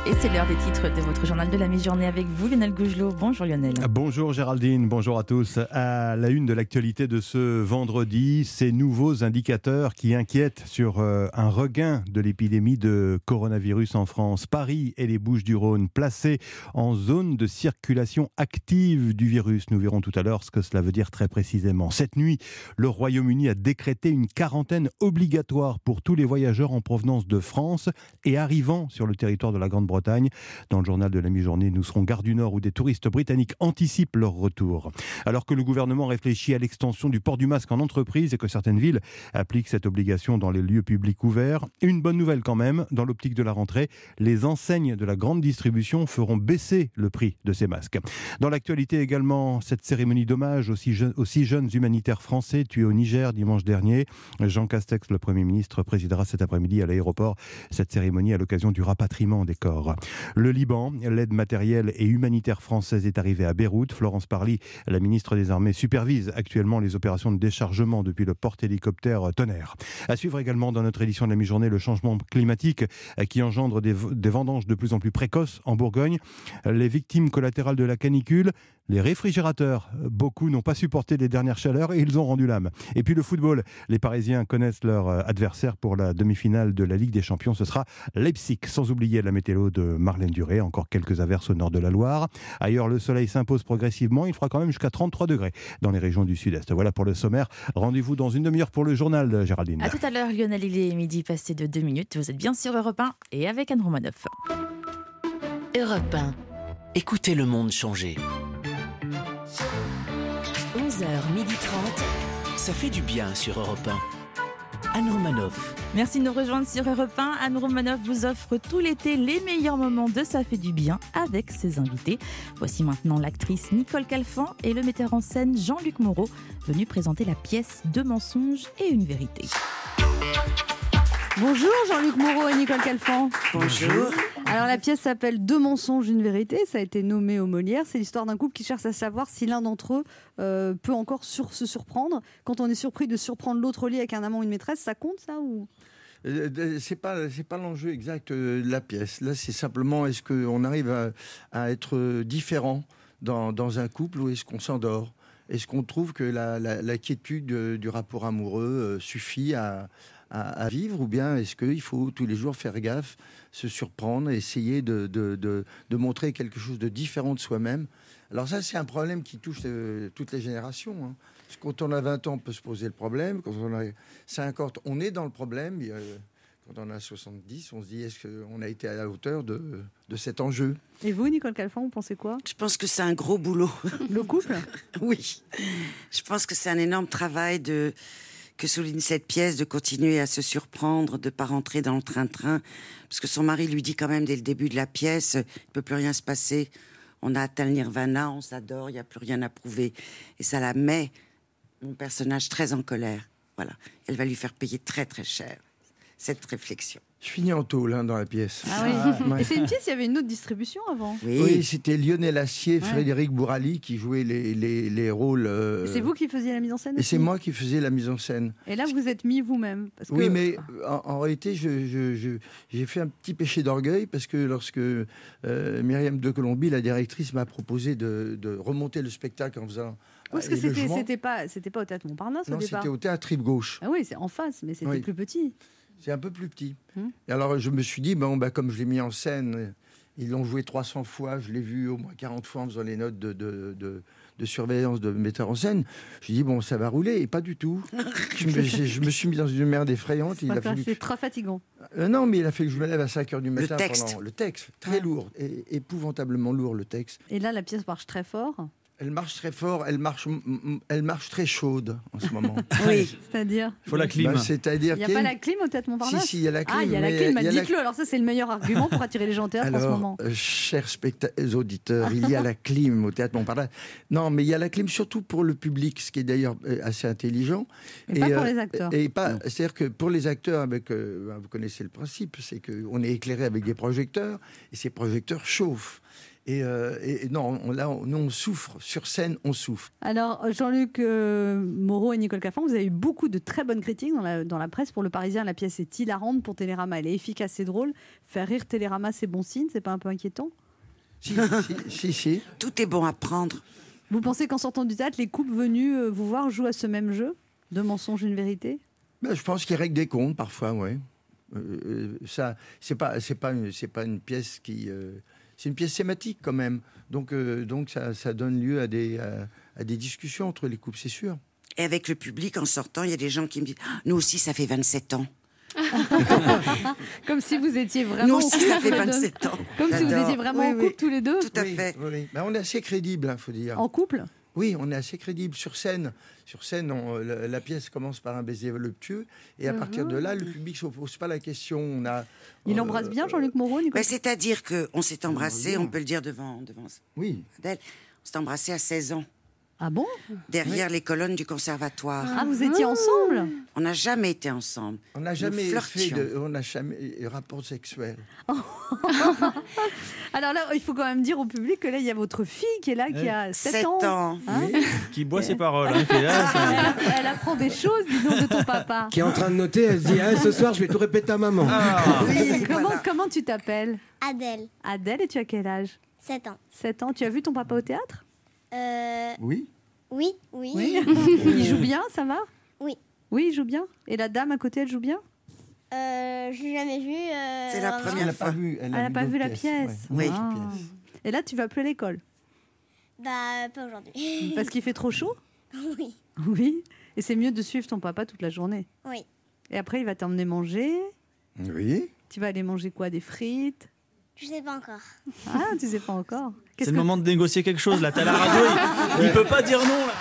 Speaker 3: Et c'est l'heure des titres de votre journal de la mi-journée avec vous, Lionel Gougelot. Bonjour Lionel.
Speaker 18: Ah, Bonjour Géraldine, bonjour à tous. À la une de l'actualité de ce vendredi, ces nouveaux indicateurs qui inquiètent sur euh, un regain de l'épidémie de coronavirus en France. Paris et les Bouches-du-Rhône placés en zone de circulation active du virus. Nous verrons tout à l'heure ce que cela veut dire très précisément. Cette nuit, le Royaume-Uni a décrété une quarantaine obligatoire pour tous les voyageurs en provenance de France et arrivant sur le territoire de la Grande-Bretagne. Dans le journal de la mi-journée, nous serons gare du Nord où des touristes britanniques anticipent leur retour. Alors que le gouvernement réfléchit à l'extension du port du masque en entreprise et que certaines villes appliquent cette obligation dans les lieux publics ouverts, une bonne nouvelle quand même, dans l'optique de la rentrée, les enseignes de la grande distribution feront baisser le prix de ces masques. Dans l'actualité également, cette cérémonie d'hommage aux six jeunes- aux six jeunes humanitaires français tués au Niger dimanche dernier. Jean Castex, le Premier ministre, présidera cet après-midi à l'aéroport cette cérémonie à l'occasion du rapatriement des corps. Le Liban, l'aide matérielle et humanitaire française est arrivée à Beyrouth. Florence Parly, la ministre des Armées, supervise actuellement les opérations de déchargement depuis le porte-hélicoptère Tonnerre. À suivre également dans notre édition de la mi-journée le changement climatique euh, qui engendre des, v- des vendanges de plus en plus précoces en Bourgogne. Les victimes collatérales de la canicule, les réfrigérateurs, beaucoup n'ont pas supporté les dernières chaleurs et ils ont rendu l'âme. Et puis le football, les Parisiens connaissent leur euh, adversaire pour la demi-finale de la Ligue des Champions, ce sera Leipzig, sans oublier la météo de Marlène Duré, encore quelques averses au nord de la Loire. Ailleurs, le soleil s'impose progressivement, il fera quand même jusqu'à 33 degrés dans les régions du sud-est. Voilà pour le sommaire, rendez-vous dans une demi-heure pour le journal, Géraldine.
Speaker 3: À tout à l'heure, Lionel, il est midi passé de deux minutes. Vous êtes bien sur Europe 1 et avec Anne Romanoff.
Speaker 1: Europe 1. Écoutez le monde changer.
Speaker 3: 11h30.
Speaker 1: Ça fait du bien sur Europe 1. Anne Romanoff.
Speaker 3: Merci de nous rejoindre sur Europe 1. Anne Romanoff vous offre tout l'été les meilleurs moments de Ça fait du bien avec ses invités. Voici maintenant l'actrice Nicole Calfan et le metteur en scène Jean-Luc Moreau, venus présenter la pièce Deux mensonges et une vérité.
Speaker 8: Bonjour Jean-Luc Moreau et Nicole Calfan.
Speaker 3: Bonjour.
Speaker 8: Alors la pièce s'appelle Deux mensonges, une vérité. Ça a été nommé aux Molières. C'est l'histoire d'un couple qui cherche à savoir si l'un d'entre eux euh, peut encore sur- se surprendre. Quand on est surpris de surprendre l'autre au lit avec un amant ou une maîtresse, ça compte ça ou
Speaker 19: Euh, de- C'est pas c'est pas l'enjeu exact euh, de la pièce. Là, c'est simplement est-ce qu'on arrive à, à être euh, différent dans, dans un couple ou est-ce qu'on s'endort Est-ce qu'on trouve que la, la- la quiétude euh, du rapport amoureux euh, suffit à, à- à vivre ou bien est-ce qu'il faut tous les jours faire gaffe, se surprendre, essayer de, de- de- de montrer quelque chose de différent de soi-même Alors ça, c'est un problème qui touche euh, toutes les générations. hein. Parce que quand on a 20 ans, on peut se poser le problème. Quand on a 50, on est dans le problème. Il y a- euh, Quand on a 70, on se dit est-ce qu'on a été à la hauteur de, de cet enjeu
Speaker 8: Et vous, Nicole Calfan, vous pensez quoi
Speaker 20: Je pense que c'est un gros boulot.
Speaker 8: Le couple
Speaker 20: [laughs] Oui. Je pense que c'est un énorme travail de que souligne cette pièce, de continuer à se surprendre, de pas rentrer dans le train-train, parce que son mari lui dit quand même dès le début de la pièce, il peut plus rien se passer. On a atteint le nirvana, on s'adore, il n'y a plus rien à prouver. Et ça la met, mon personnage, très en colère. Voilà. Elle va lui faire payer très très cher cette réflexion.
Speaker 19: Je finis en tôle hein, dans la pièce. Ah, Ouais.
Speaker 8: Ah Et c'est une pièce, il y avait une autre distribution avant.
Speaker 19: Oui, c'était Lionel Assier, Frédéric Bourali qui jouaient les, les- les rôles. euh,
Speaker 8: Et C'est vous qui faisiez la mise en scène
Speaker 19: Et c'est
Speaker 8: aussi
Speaker 19: moi qui faisais la mise en scène.
Speaker 8: Et là, vous êtes mis vous-même. parce que-
Speaker 19: Oui, mais euh, en, en réalité, je- je- je- j'ai fait un petit péché d'orgueil parce que lorsque euh, Myriam de Colombie, la directrice, m'a proposé de, de remonter le spectacle en faisant.
Speaker 8: Parce
Speaker 19: euh,
Speaker 8: que
Speaker 19: les
Speaker 8: c'était
Speaker 19: logements.
Speaker 8: c'était pas, c'était pas au Théâtre Montparnasse au
Speaker 19: Non,
Speaker 8: départ.
Speaker 19: c'était au théâtre Rive Gauche.
Speaker 8: Ah oui, c'est en face, mais c'était
Speaker 19: Oui.
Speaker 8: plus petit. Hum.
Speaker 19: C'est un peu plus petit. Et alors, je me suis dit, bon, bah, comme je l'ai mis en scène, euh, ils l'ont joué 300 fois, je l'ai vu au moins 40 fois en faisant les notes de, de- de- de surveillance de metteur en scène. Je me dit, bon, ça va rouler, et pas du
Speaker 8: [laughs]
Speaker 19: tout. je, me, j'ai- je me suis mis dans une merde effrayante.
Speaker 8: C'est
Speaker 19: Il
Speaker 8: pas
Speaker 19: a
Speaker 8: grave,
Speaker 19: fallu
Speaker 8: c'est très fatigant.
Speaker 19: Euh, non, mais il a fallu que je me lève à 5 h du matin.
Speaker 8: texte.
Speaker 19: pendant- Le texte, très lourd, et, épouvantablement lourd, le texte.
Speaker 8: Et là, la pièce marche très fort.
Speaker 19: Elle marche très fort, elle marche, mm, mm, elle marche très chaude en ce moment.
Speaker 8: [laughs] Oui. C'est-à-dire
Speaker 19: faut la clim. Bah, c'est-à-dire
Speaker 8: Il n'y a
Speaker 19: qu'il y
Speaker 8: pas
Speaker 19: a une-
Speaker 8: la clim au Théâtre Montparnasse
Speaker 19: Si, si, il y a la
Speaker 8: Ah, il y a la
Speaker 19: clim, mais
Speaker 8: clim.
Speaker 19: il y a la-
Speaker 8: Dites-le, alors ça, c'est le meilleur argument pour attirer les gens au théâtre en ce moment.
Speaker 19: Alors, euh, chers specta- euh, auditeurs,
Speaker 8: [laughs]
Speaker 19: il y a la clim au théâtre Montparnasse. Non, mais il y a la clim surtout pour le public, ce qui est d'ailleurs euh, assez intelligent.
Speaker 8: Et pas pour les acteurs.
Speaker 19: Et pas, c'est-à-dire que pour les acteurs, avec, euh, ben, vous connaissez le principe, c'est qu'on est éclairé avec des projecteurs et ces projecteurs chauffent. Et, euh, et- et non, on- là, on- nous, on souffre. Sur scène, on souffre.
Speaker 4: Alors, Jean-Luc euh, Moreau et Nicole Cafan, vous avez eu beaucoup de très bonnes critiques dans la, dans la presse. Pour Le Parisien, la pièce est hilarante. Pour Télérama, elle est efficace et drôle. Faire rire Télérama, c'est bon signe. C'est pas un peu inquiétant
Speaker 19: si, si, si.
Speaker 20: Tout est bon à prendre.
Speaker 4: Vous pensez qu'en sortant du théâtre, les couples venus euh, vous voir jouent à ce même jeu de mensonge une vérité
Speaker 19: Ben, je pense qu'il règle des comptes parfois, oui. Euh, euh, ça, c'est pas, c'est pas, une- c'est pas une pièce qui, euh, c'est une pièce thématique quand même. Donc, euh, donc ça, ça donne lieu à des, à, à des discussions entre les couples, c'est sûr.
Speaker 20: Et avec le public, en sortant, il y a des gens qui me disent Ah, Nous aussi, ça fait 27 ans.
Speaker 4: Comme si vous étiez vraiment.
Speaker 20: Nous
Speaker 4: en
Speaker 20: aussi,
Speaker 4: couple
Speaker 20: ça fait
Speaker 4: tous les deux.
Speaker 20: 27 ans.
Speaker 4: Comme si vous
Speaker 19: J'adore.
Speaker 4: étiez vraiment en couple tous les deux
Speaker 20: Tout à fait.
Speaker 19: Ben, on est assez crédible, il faut dire.
Speaker 4: En couple
Speaker 19: Oui, on est assez crédible sur scène. Sur scène, on- la, la pièce commence par un baiser voluptueux, et à
Speaker 4: Mhm.
Speaker 19: partir de là, le public ne se pose pas la question. On a,
Speaker 20: Euh,
Speaker 19: euh,
Speaker 4: Il embrasse bien Jean-Luc Moreau, Nicole
Speaker 20: Ben, C'est-à-dire qu'on s'est embrassé, on peut le dire devant, devant
Speaker 19: oui.
Speaker 20: Adèle, on s'est embrassé à 16 ans.
Speaker 4: Ah bon
Speaker 20: Derrière les colonnes du conservatoire.
Speaker 4: Ah, vous étiez ensemble
Speaker 20: On n'a jamais été ensemble.
Speaker 19: on n'a
Speaker 20: Nous
Speaker 19: jamais fait
Speaker 20: flirtions.
Speaker 19: de, on n'a jamais eu rapport sexuel.
Speaker 4: Alors là, il faut quand même dire au public que là, il y a votre fille qui est là,
Speaker 20: Euh,
Speaker 4: qui a
Speaker 19: Oui.
Speaker 4: 7,
Speaker 19: Sept
Speaker 4: ans.
Speaker 19: ans.
Speaker 4: Hein
Speaker 14: Qui boit ses paroles. hein, qui est là, c'est-
Speaker 4: elle, elle apprend des choses, dis donc, de ton papa.
Speaker 11: Qui est en train de noter, elle se dit Ah, ce soir, je vais tout répéter à maman.
Speaker 4: comment, comment tu t'appelles
Speaker 21: Adèle,
Speaker 4: Adèle, et tu as quel âge
Speaker 21: 7 ans.
Speaker 4: 7 ans. Tu as vu ton papa au théâtre
Speaker 21: Euh,
Speaker 19: Oui.
Speaker 21: oui, oui. [laughs]
Speaker 4: il joue bien, ça va
Speaker 21: Oui.
Speaker 4: Oui, il joue bien. Et la dame à côté, elle joue bien
Speaker 21: Euh, je l'ai jamais vu. euh, vraiment.
Speaker 19: Parce qu'elle a pas vu,
Speaker 4: Elle
Speaker 19: a
Speaker 4: n'a pas
Speaker 19: d'autres
Speaker 4: vu la
Speaker 19: pièces,
Speaker 4: pièce.
Speaker 19: ouais.
Speaker 4: Ah. Et là, tu vas plus à
Speaker 21: [laughs]
Speaker 4: l'école
Speaker 21: Bah, pas aujourd'hui.
Speaker 4: Parce qu'il fait trop chaud
Speaker 21: [laughs] Oui,
Speaker 4: Oui. Et c'est mieux de suivre ton papa toute la journée.
Speaker 21: oui.
Speaker 4: Et après, il va t'emmener manger.
Speaker 19: Oui.
Speaker 4: Tu vas aller manger quoi Des frites
Speaker 21: Je sais pas encore.
Speaker 4: Ah, tu sais pas encore.
Speaker 14: C'est le moment de négocier quelque chose là. T'as la radio,
Speaker 1: [laughs]
Speaker 14: il, il peut pas dire non. Là.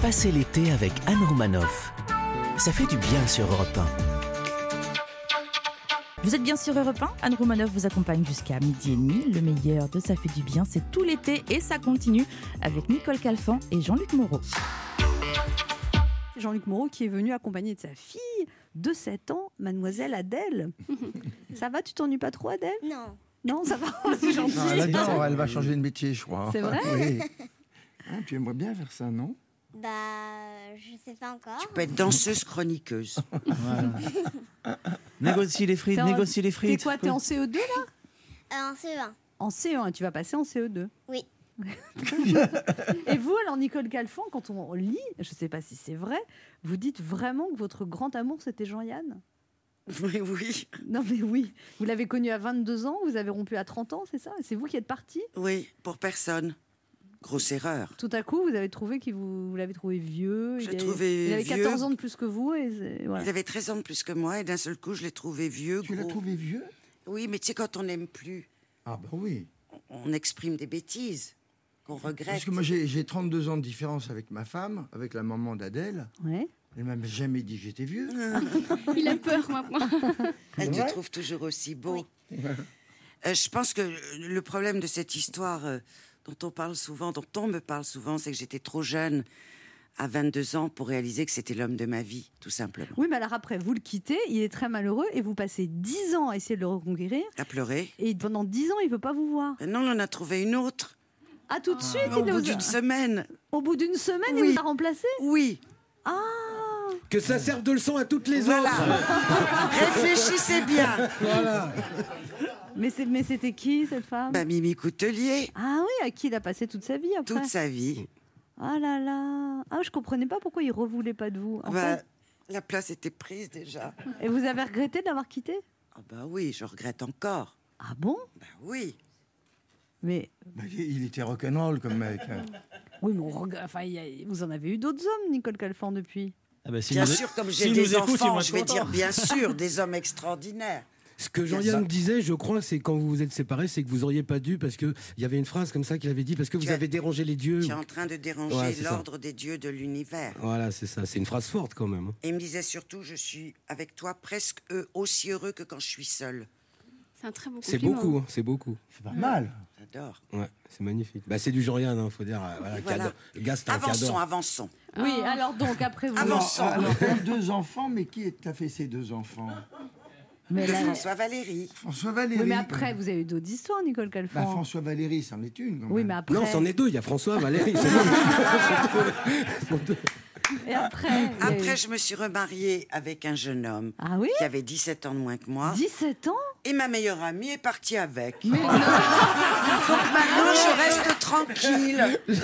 Speaker 1: Passez l'été avec Anne Romanoff. Ça fait du bien sur Europe
Speaker 3: Vous êtes bien sur Europe 1, Anne Roumanoff vous accompagne jusqu'à midi et demi. Le meilleur de Ça fait du bien, c'est tout l'été et ça continue avec Nicole Calfan et Jean-Luc Moreau.
Speaker 4: Jean-Luc Moreau qui est venu accompagné de sa fille de 7 ans,
Speaker 21: [laughs]
Speaker 4: mademoiselle Adèle. ça va, tu t'ennuies pas trop Adèle
Speaker 21: Non.
Speaker 4: Non, ça va, [laughs] c'est gentil.
Speaker 19: Non, elle adore, elle va changer de métier, je crois.
Speaker 4: C'est vrai
Speaker 19: Oui. Ah, tu aimerais bien faire ça, non
Speaker 21: Bah, je sais pas encore.
Speaker 20: On peut être danseuse chroniqueuse.
Speaker 14: Négocie les frites,
Speaker 4: T'es en-
Speaker 14: négocie les frites.
Speaker 4: T'es quoi, t'es en CE2 là
Speaker 21: Euh, en CE1.
Speaker 4: En CE1, tu vas passer en CE2.
Speaker 5: [laughs]
Speaker 21: Oui.
Speaker 4: Et vous, alors Nicole Calfan, quand on lit, je sais pas si c'est vrai, vous dites vraiment que votre grand amour c'était Jean-Yann
Speaker 20: Oui, oui.
Speaker 4: Non mais oui, vous l'avez connu à 22 ans, vous avez rompu à 30 ans, c'est ça C'est vous qui êtes parti
Speaker 20: Oui, pour personne. Grosse erreur.
Speaker 4: Tout à coup, vous avez trouvé qu'il vous, vous l'avez trouvé vieux.
Speaker 20: Je
Speaker 4: il
Speaker 20: l'ai
Speaker 4: avait-
Speaker 20: trouvé
Speaker 4: Il avait
Speaker 20: vieux.
Speaker 4: 14 ans de plus que vous. Et c'est- voilà.
Speaker 20: Il avait 13 ans de plus que moi et d'un seul coup, je l'ai trouvé vieux. Tu l'as trouvé
Speaker 19: vieux
Speaker 20: Oui, mais tu sais, quand on n'aime plus,
Speaker 19: Ah, bah oui.
Speaker 20: on exprime des bêtises qu'on regrette.
Speaker 19: Parce que moi, j'ai j'ai 32 ans de différence avec ma femme, avec la maman d'Adèle. Elle m'a jamais dit que j'étais vieux.
Speaker 7: Il a peur maintenant.
Speaker 20: Elle te
Speaker 19: Ouais.
Speaker 20: trouve toujours aussi beau. Euh, je pense que le problème de cette histoire euh, dont on parle souvent, dont on me parle souvent, c'est que j'étais trop jeune à 22 ans pour réaliser que c'était l'homme de ma vie, tout simplement.
Speaker 4: Oui, mais alors après, vous le quittez, il est très malheureux et vous passez 10 ans à essayer de le reconquérir.
Speaker 20: À pleurer.
Speaker 4: Et pendant 10 ans, il ne veut pas vous voir.
Speaker 20: Non, on en a trouvé une autre.
Speaker 4: Ah, tout de suite
Speaker 20: Au
Speaker 4: il
Speaker 20: bout
Speaker 4: ose-
Speaker 20: d'une semaine.
Speaker 4: Au bout d'une semaine,
Speaker 20: Oui.
Speaker 4: il vous a remplacé
Speaker 20: Oui.
Speaker 4: Ah
Speaker 11: Que ça serve de leçon à toutes les
Speaker 20: Voilà. [laughs]
Speaker 11: autres.
Speaker 20: Réfléchissez bien.
Speaker 11: Voilà.
Speaker 4: Mais c'est- mais c'était qui cette femme
Speaker 20: Bah, Mimi Coutelier,
Speaker 4: Ah oui, à qui il a passé toute sa vie après
Speaker 20: toute sa vie.
Speaker 4: Ah là là Ah, je comprenais pas pourquoi il ne revoulait pas de vous. En
Speaker 20: Bah,
Speaker 4: fait-
Speaker 20: la place était prise déjà.
Speaker 4: Et vous avez regretté de l'avoir quitté
Speaker 20: Ah bah oui, je regrette encore.
Speaker 4: Ah bon
Speaker 20: Bah oui.
Speaker 4: Mais
Speaker 19: Bah, il était rock'n'roll comme mec.
Speaker 4: Ah bah
Speaker 19: hein.
Speaker 4: Oui, mais on regarde- enfin, il y a- vous en avez eu d'autres hommes, Nicole Calfan, depuis
Speaker 14: Ah bah, s'il
Speaker 20: Bien
Speaker 14: nous-
Speaker 20: sûr, comme j'ai
Speaker 14: s'il
Speaker 20: des
Speaker 14: nous écoute, il
Speaker 20: enfants,
Speaker 14: va
Speaker 20: je
Speaker 14: être
Speaker 20: vais
Speaker 14: content.
Speaker 20: dire
Speaker 11: [laughs]
Speaker 20: bien sûr, des hommes extraordinaires.
Speaker 11: Ce que Jean-Yann disait, je crois, c'est quand vous vous êtes séparés, c'est que vous auriez pas dû, parce qu'il y avait une phrase comme ça qu'il avait dit, parce que vous
Speaker 20: as-
Speaker 11: avez dérangé les dieux.
Speaker 20: Tu es en train de déranger
Speaker 11: Ouais, c'est ça.
Speaker 20: l'ordre des dieux de l'univers.
Speaker 11: Voilà, c'est ça. C'est une phrase forte quand même.
Speaker 20: Et il me disait surtout, je suis avec toi presque eux, aussi heureux que quand je suis seul.
Speaker 7: C'est un très beau
Speaker 11: C'est beaucoup, hein, c'est beaucoup. C'est
Speaker 19: pas mal.
Speaker 20: J'adore.
Speaker 11: Ouais, c'est magnifique. Bah, c'est du Jean-Yann, hein, faut dire. euh, Voilà,
Speaker 20: Voilà.
Speaker 11: cadre. Gaston,
Speaker 20: Avançons,
Speaker 11: cadre.
Speaker 20: avançons.
Speaker 4: Oui,
Speaker 20: Ah.
Speaker 4: alors donc, après vous.
Speaker 19: Alors, alors, elle a deux enfants, mais qui est- t'a fait ces deux enfants
Speaker 20: Mais de là- François Valéry.
Speaker 19: François Valéry.
Speaker 4: mais après, vous avez eu d'autres histoires, Nicole Calfon.
Speaker 19: Bah, François Valéry, c'en est une.
Speaker 4: Oui, mais après-
Speaker 11: Non, c'en est deux. Il y a François,
Speaker 19: [laughs]
Speaker 11: Valérie. c'est
Speaker 4: Et après
Speaker 20: Après, je me suis remariée avec un jeune homme qui avait 17 ans de moins que moi.
Speaker 4: 17 Ah ans
Speaker 20: Et ma meilleure amie est partie avec. Donc maintenant, je reste
Speaker 11: [laughs]
Speaker 20: tranquille.
Speaker 11: bon. On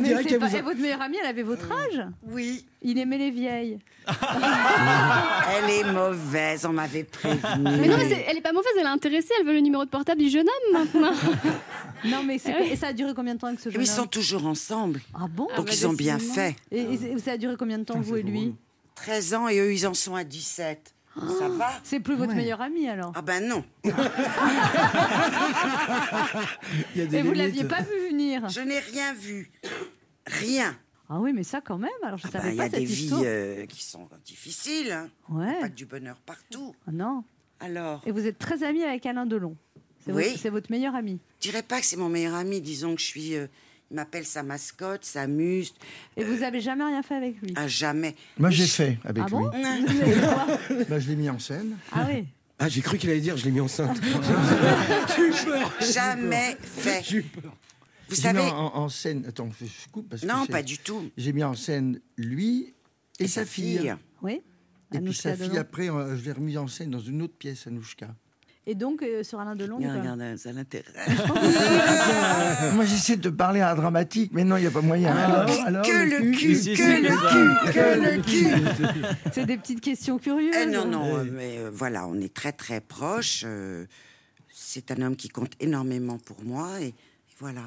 Speaker 4: Mais
Speaker 11: dirait
Speaker 4: c'est
Speaker 11: qu'elle
Speaker 4: pas-
Speaker 11: vous
Speaker 4: Et
Speaker 11: a-
Speaker 4: votre meilleure amie, elle avait votre âge
Speaker 20: Oui.
Speaker 4: Il aimait les vieilles.
Speaker 20: Elle est mauvaise, on m'avait prévenue.
Speaker 5: Mais non, mais c'est- elle est pas mauvaise, elle est intéressée, elle veut le numéro de portable du jeune homme maintenant.
Speaker 4: Non, mais c'est- et ça a duré combien de temps avec ce jeune
Speaker 20: Ils sont
Speaker 4: homme
Speaker 20: toujours ensemble.
Speaker 4: Ah bon
Speaker 20: Donc ils ont bien fait.
Speaker 4: Et, et- et ça a duré combien de temps, vous et lui
Speaker 20: 13 ans et eux, ils en sont à 17. Ça va
Speaker 4: C'est plus votre
Speaker 20: Ouais.
Speaker 4: meilleure amie alors
Speaker 20: Ah ben
Speaker 11: [laughs]
Speaker 20: non.
Speaker 11: Il y a des
Speaker 4: Et vous
Speaker 11: limites.
Speaker 4: l'aviez pas vu venir
Speaker 20: Je n'ai rien vu. Rien.
Speaker 4: Ah oui, mais ça quand même. Alors je
Speaker 20: Ben,
Speaker 4: savais
Speaker 20: Il y
Speaker 4: pas
Speaker 20: a
Speaker 4: cette
Speaker 20: des vies
Speaker 4: histoire.
Speaker 20: euh, qui sont difficiles. hein.
Speaker 4: Ouais.
Speaker 20: Il y a Pas que du bonheur partout.
Speaker 4: Ah Non.
Speaker 20: Alors
Speaker 4: Et vous êtes très amie avec Alain Delon. C'est
Speaker 20: Oui.
Speaker 4: votre- C'est votre meilleur ami.
Speaker 20: Je dirais pas que c'est mon meilleur ami. Disons que je suis. euh, il m'appelle sa mascotte, sa muse.
Speaker 4: Et vous avez jamais rien fait avec lui
Speaker 20: À jamais.
Speaker 19: Moi, j'ai fait avec
Speaker 20: Ah
Speaker 4: [laughs]
Speaker 20: bon
Speaker 19: lui. Bah, je l'ai mis en scène.
Speaker 4: Ah oui
Speaker 11: Ah, j'ai cru qu'il allait dire je l'ai mis enceinte.
Speaker 20: Jamais fait. Vous
Speaker 19: J'ai
Speaker 20: savez-
Speaker 19: mis en, en scène. Attends, je je coupe parce que
Speaker 20: Non,
Speaker 19: c'est-
Speaker 20: pas du tout.
Speaker 19: J'ai mis en scène lui et, sa fille.
Speaker 4: Oui.
Speaker 19: Et puis
Speaker 4: Anouchka
Speaker 19: sa fille,
Speaker 4: Delon.
Speaker 19: après, euh, je l'ai remis en scène dans une autre pièce, Anouchka.
Speaker 4: Et donc euh, sur Alain Delon. il y a pas-
Speaker 20: ça l'intéresse.
Speaker 19: [laughs] Moi, j'essaie de parler à un dramatique, mais non, il n'y a pas moyen.
Speaker 20: Ah,
Speaker 4: Mais que le cul,
Speaker 19: ici,
Speaker 4: que
Speaker 19: c'est
Speaker 4: le
Speaker 19: bizarre.
Speaker 4: cul, que le cul. C'est des petites questions curieuses.
Speaker 20: Eh non, non, euh, mais euh, voilà, on est très très proches. euh, c'est un homme qui compte énormément pour moi et, et voilà,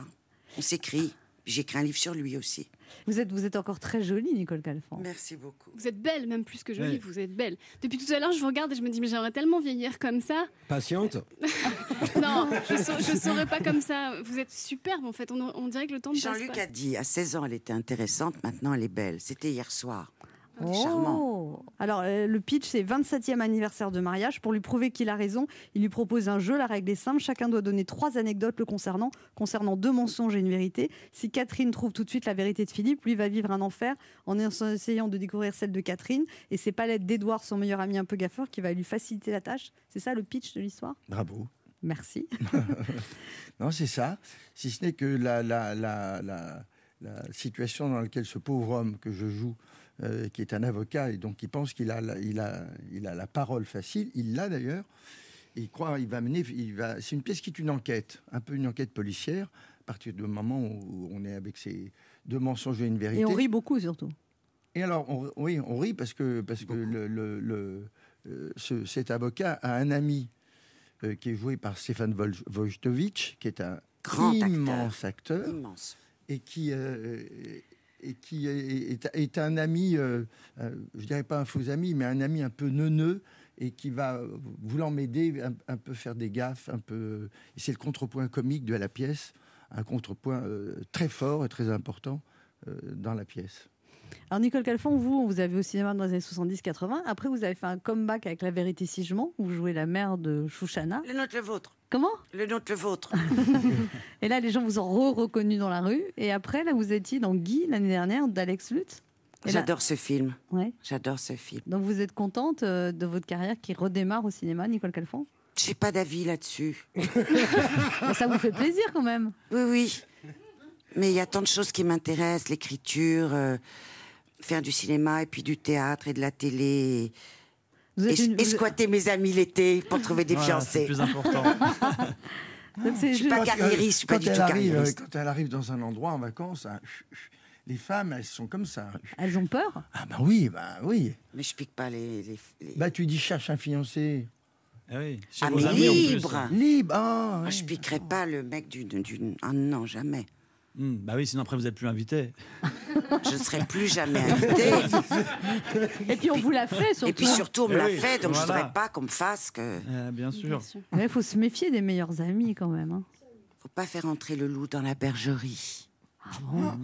Speaker 20: on s'écrit. J'ai écrit un livre sur lui aussi.
Speaker 4: Vous êtes, vous êtes encore très jolie, Nicole Calfon.
Speaker 20: Merci beaucoup.
Speaker 5: Vous êtes belle, même plus que jolie,
Speaker 11: Ouais.
Speaker 5: vous êtes belle. Depuis tout à l'heure, je vous regarde et je me dis, mais j'aimerais tellement vieillir comme ça.
Speaker 11: Patiente.
Speaker 4: Euh,
Speaker 5: Non, je ne saurais pas comme ça. Vous êtes superbe en fait, on, on dirait que le temps ne passe
Speaker 20: Jean-Luc
Speaker 5: pas.
Speaker 20: a dit à 16 ans, elle était intéressante, maintenant elle est belle. C'était hier soir.
Speaker 4: Oh.
Speaker 20: Charmant.
Speaker 4: Alors, euh, le pitch, c'est 27e anniversaire de mariage. Pour lui prouver qu'il a raison, il lui propose un jeu. La règle est simple chacun doit donner trois anecdotes le concernant, concernant deux mensonges et une vérité. Si Catherine trouve tout de suite la vérité de Philippe, lui va vivre un enfer en essayant de découvrir celle de Catherine. Et c'est pas l'aide d'Edouard, son meilleur ami un peu gaffeur, qui va lui faciliter la tâche. C'est ça le pitch de l'histoire
Speaker 19: Bravo.
Speaker 4: Merci.
Speaker 19: Non, c'est ça. Si ce n'est que la, la, la, la, la situation dans laquelle ce pauvre homme que je joue, euh, qui est un avocat et donc qui pense qu'il a, la- il a, il a la parole facile, il l'a d'ailleurs. Il croit, il va mener, il va. C'est une pièce qui est une enquête, un peu une enquête policière. À partir du moment où on est avec ces deux mensonges et une vérité.
Speaker 4: Et on rit beaucoup surtout.
Speaker 19: Et alors, on- oui, on rit parce que, parce que le, le- le- euh, ce- cet avocat a un ami euh, qui est joué par Stéphane Vol- Wojtowicz, qui est un
Speaker 20: Grand acteur.
Speaker 19: immense acteur,
Speaker 20: Immense.
Speaker 19: et qui, euh, et qui est, est- est un ami, euh, euh, je dirais pas un faux ami, mais un ami un peu neuneux, et qui va, voulant m'aider, un, un peu faire des gaffes, un peu... et c'est le contrepoint comique de la pièce, un contrepoint euh, très fort et très important euh, dans la pièce.
Speaker 4: Alors Nicole Calfon, vous, on vous avez au cinéma dans les années 70-80. Après, vous avez fait un comeback avec La Vérité si je mens, où vous jouez la mère de Chouchana.
Speaker 20: Le nôtre, le vôtre.
Speaker 4: Comment Ah,
Speaker 20: Le nôtre, le vôtre.
Speaker 4: Et là, les gens vous ont re- reconnu dans la rue. Et après, là, vous étiez dans Guy l'année dernière d'Alex Lutz. Et là-
Speaker 20: J'adore ce film.
Speaker 4: Ouais.
Speaker 20: J'adore ce film.
Speaker 4: Donc vous êtes contente euh, de votre carrière qui redémarre au cinéma, Nicole Calfon
Speaker 20: J'ai pas d'avis
Speaker 4: [laughs]
Speaker 20: là-dessus.
Speaker 4: Bon, Ça vous fait plaisir quand même
Speaker 20: Oui, oui. Mais il y a tant de choses qui m'intéressent, l'écriture, euh, faire du cinéma et puis du théâtre et de la télé.
Speaker 4: Vous
Speaker 20: Et,
Speaker 4: êtes une-
Speaker 20: et
Speaker 4: vous-
Speaker 20: squatter mes amis l'été pour trouver des
Speaker 19: Voilà,
Speaker 20: fiancés. Ah,
Speaker 19: c'est plus
Speaker 20: [laughs]
Speaker 19: [laughs] important.
Speaker 4: Donc, c'est
Speaker 20: Je suis
Speaker 4: juste-
Speaker 20: pas carriériste, je suis pas
Speaker 19: Quand
Speaker 20: du
Speaker 19: elle
Speaker 20: tout
Speaker 19: arrive,
Speaker 20: carriériste.
Speaker 19: euh, Quand elle arrive dans un endroit en vacances, hein, les femmes, elles sont comme ça.
Speaker 4: Elles ont peur
Speaker 19: Ah bah oui, bah oui.
Speaker 20: Mais je pique pas les. les- les-
Speaker 19: Bah tu dis cherche un fiancé.
Speaker 20: Ah oui,
Speaker 19: Eh Chez vos amis, en plus.
Speaker 20: libre.
Speaker 19: Libre,
Speaker 20: Ah, Je piquerai pas le mec du. du- Ah non, jamais.
Speaker 14: Hmm, bah oui, sinon après vous n'êtes plus invité.
Speaker 20: [laughs] Je ne serai plus
Speaker 19: [laughs]
Speaker 20: jamais invitée.
Speaker 4: Et puis on [laughs] vous l'a fait surtout. hein.
Speaker 20: Et puis surtout, on me
Speaker 14: Eh
Speaker 20: l'a
Speaker 14: oui,
Speaker 20: fait, donc je
Speaker 14: voilà.
Speaker 20: ne voudrais pas qu'on me fasse que.
Speaker 19: Eh,
Speaker 14: bien sûr.
Speaker 4: Il faut se méfier des meilleurs amis quand même. hein.
Speaker 20: Faut pas faire entrer le loup dans la bergerie.
Speaker 4: Ah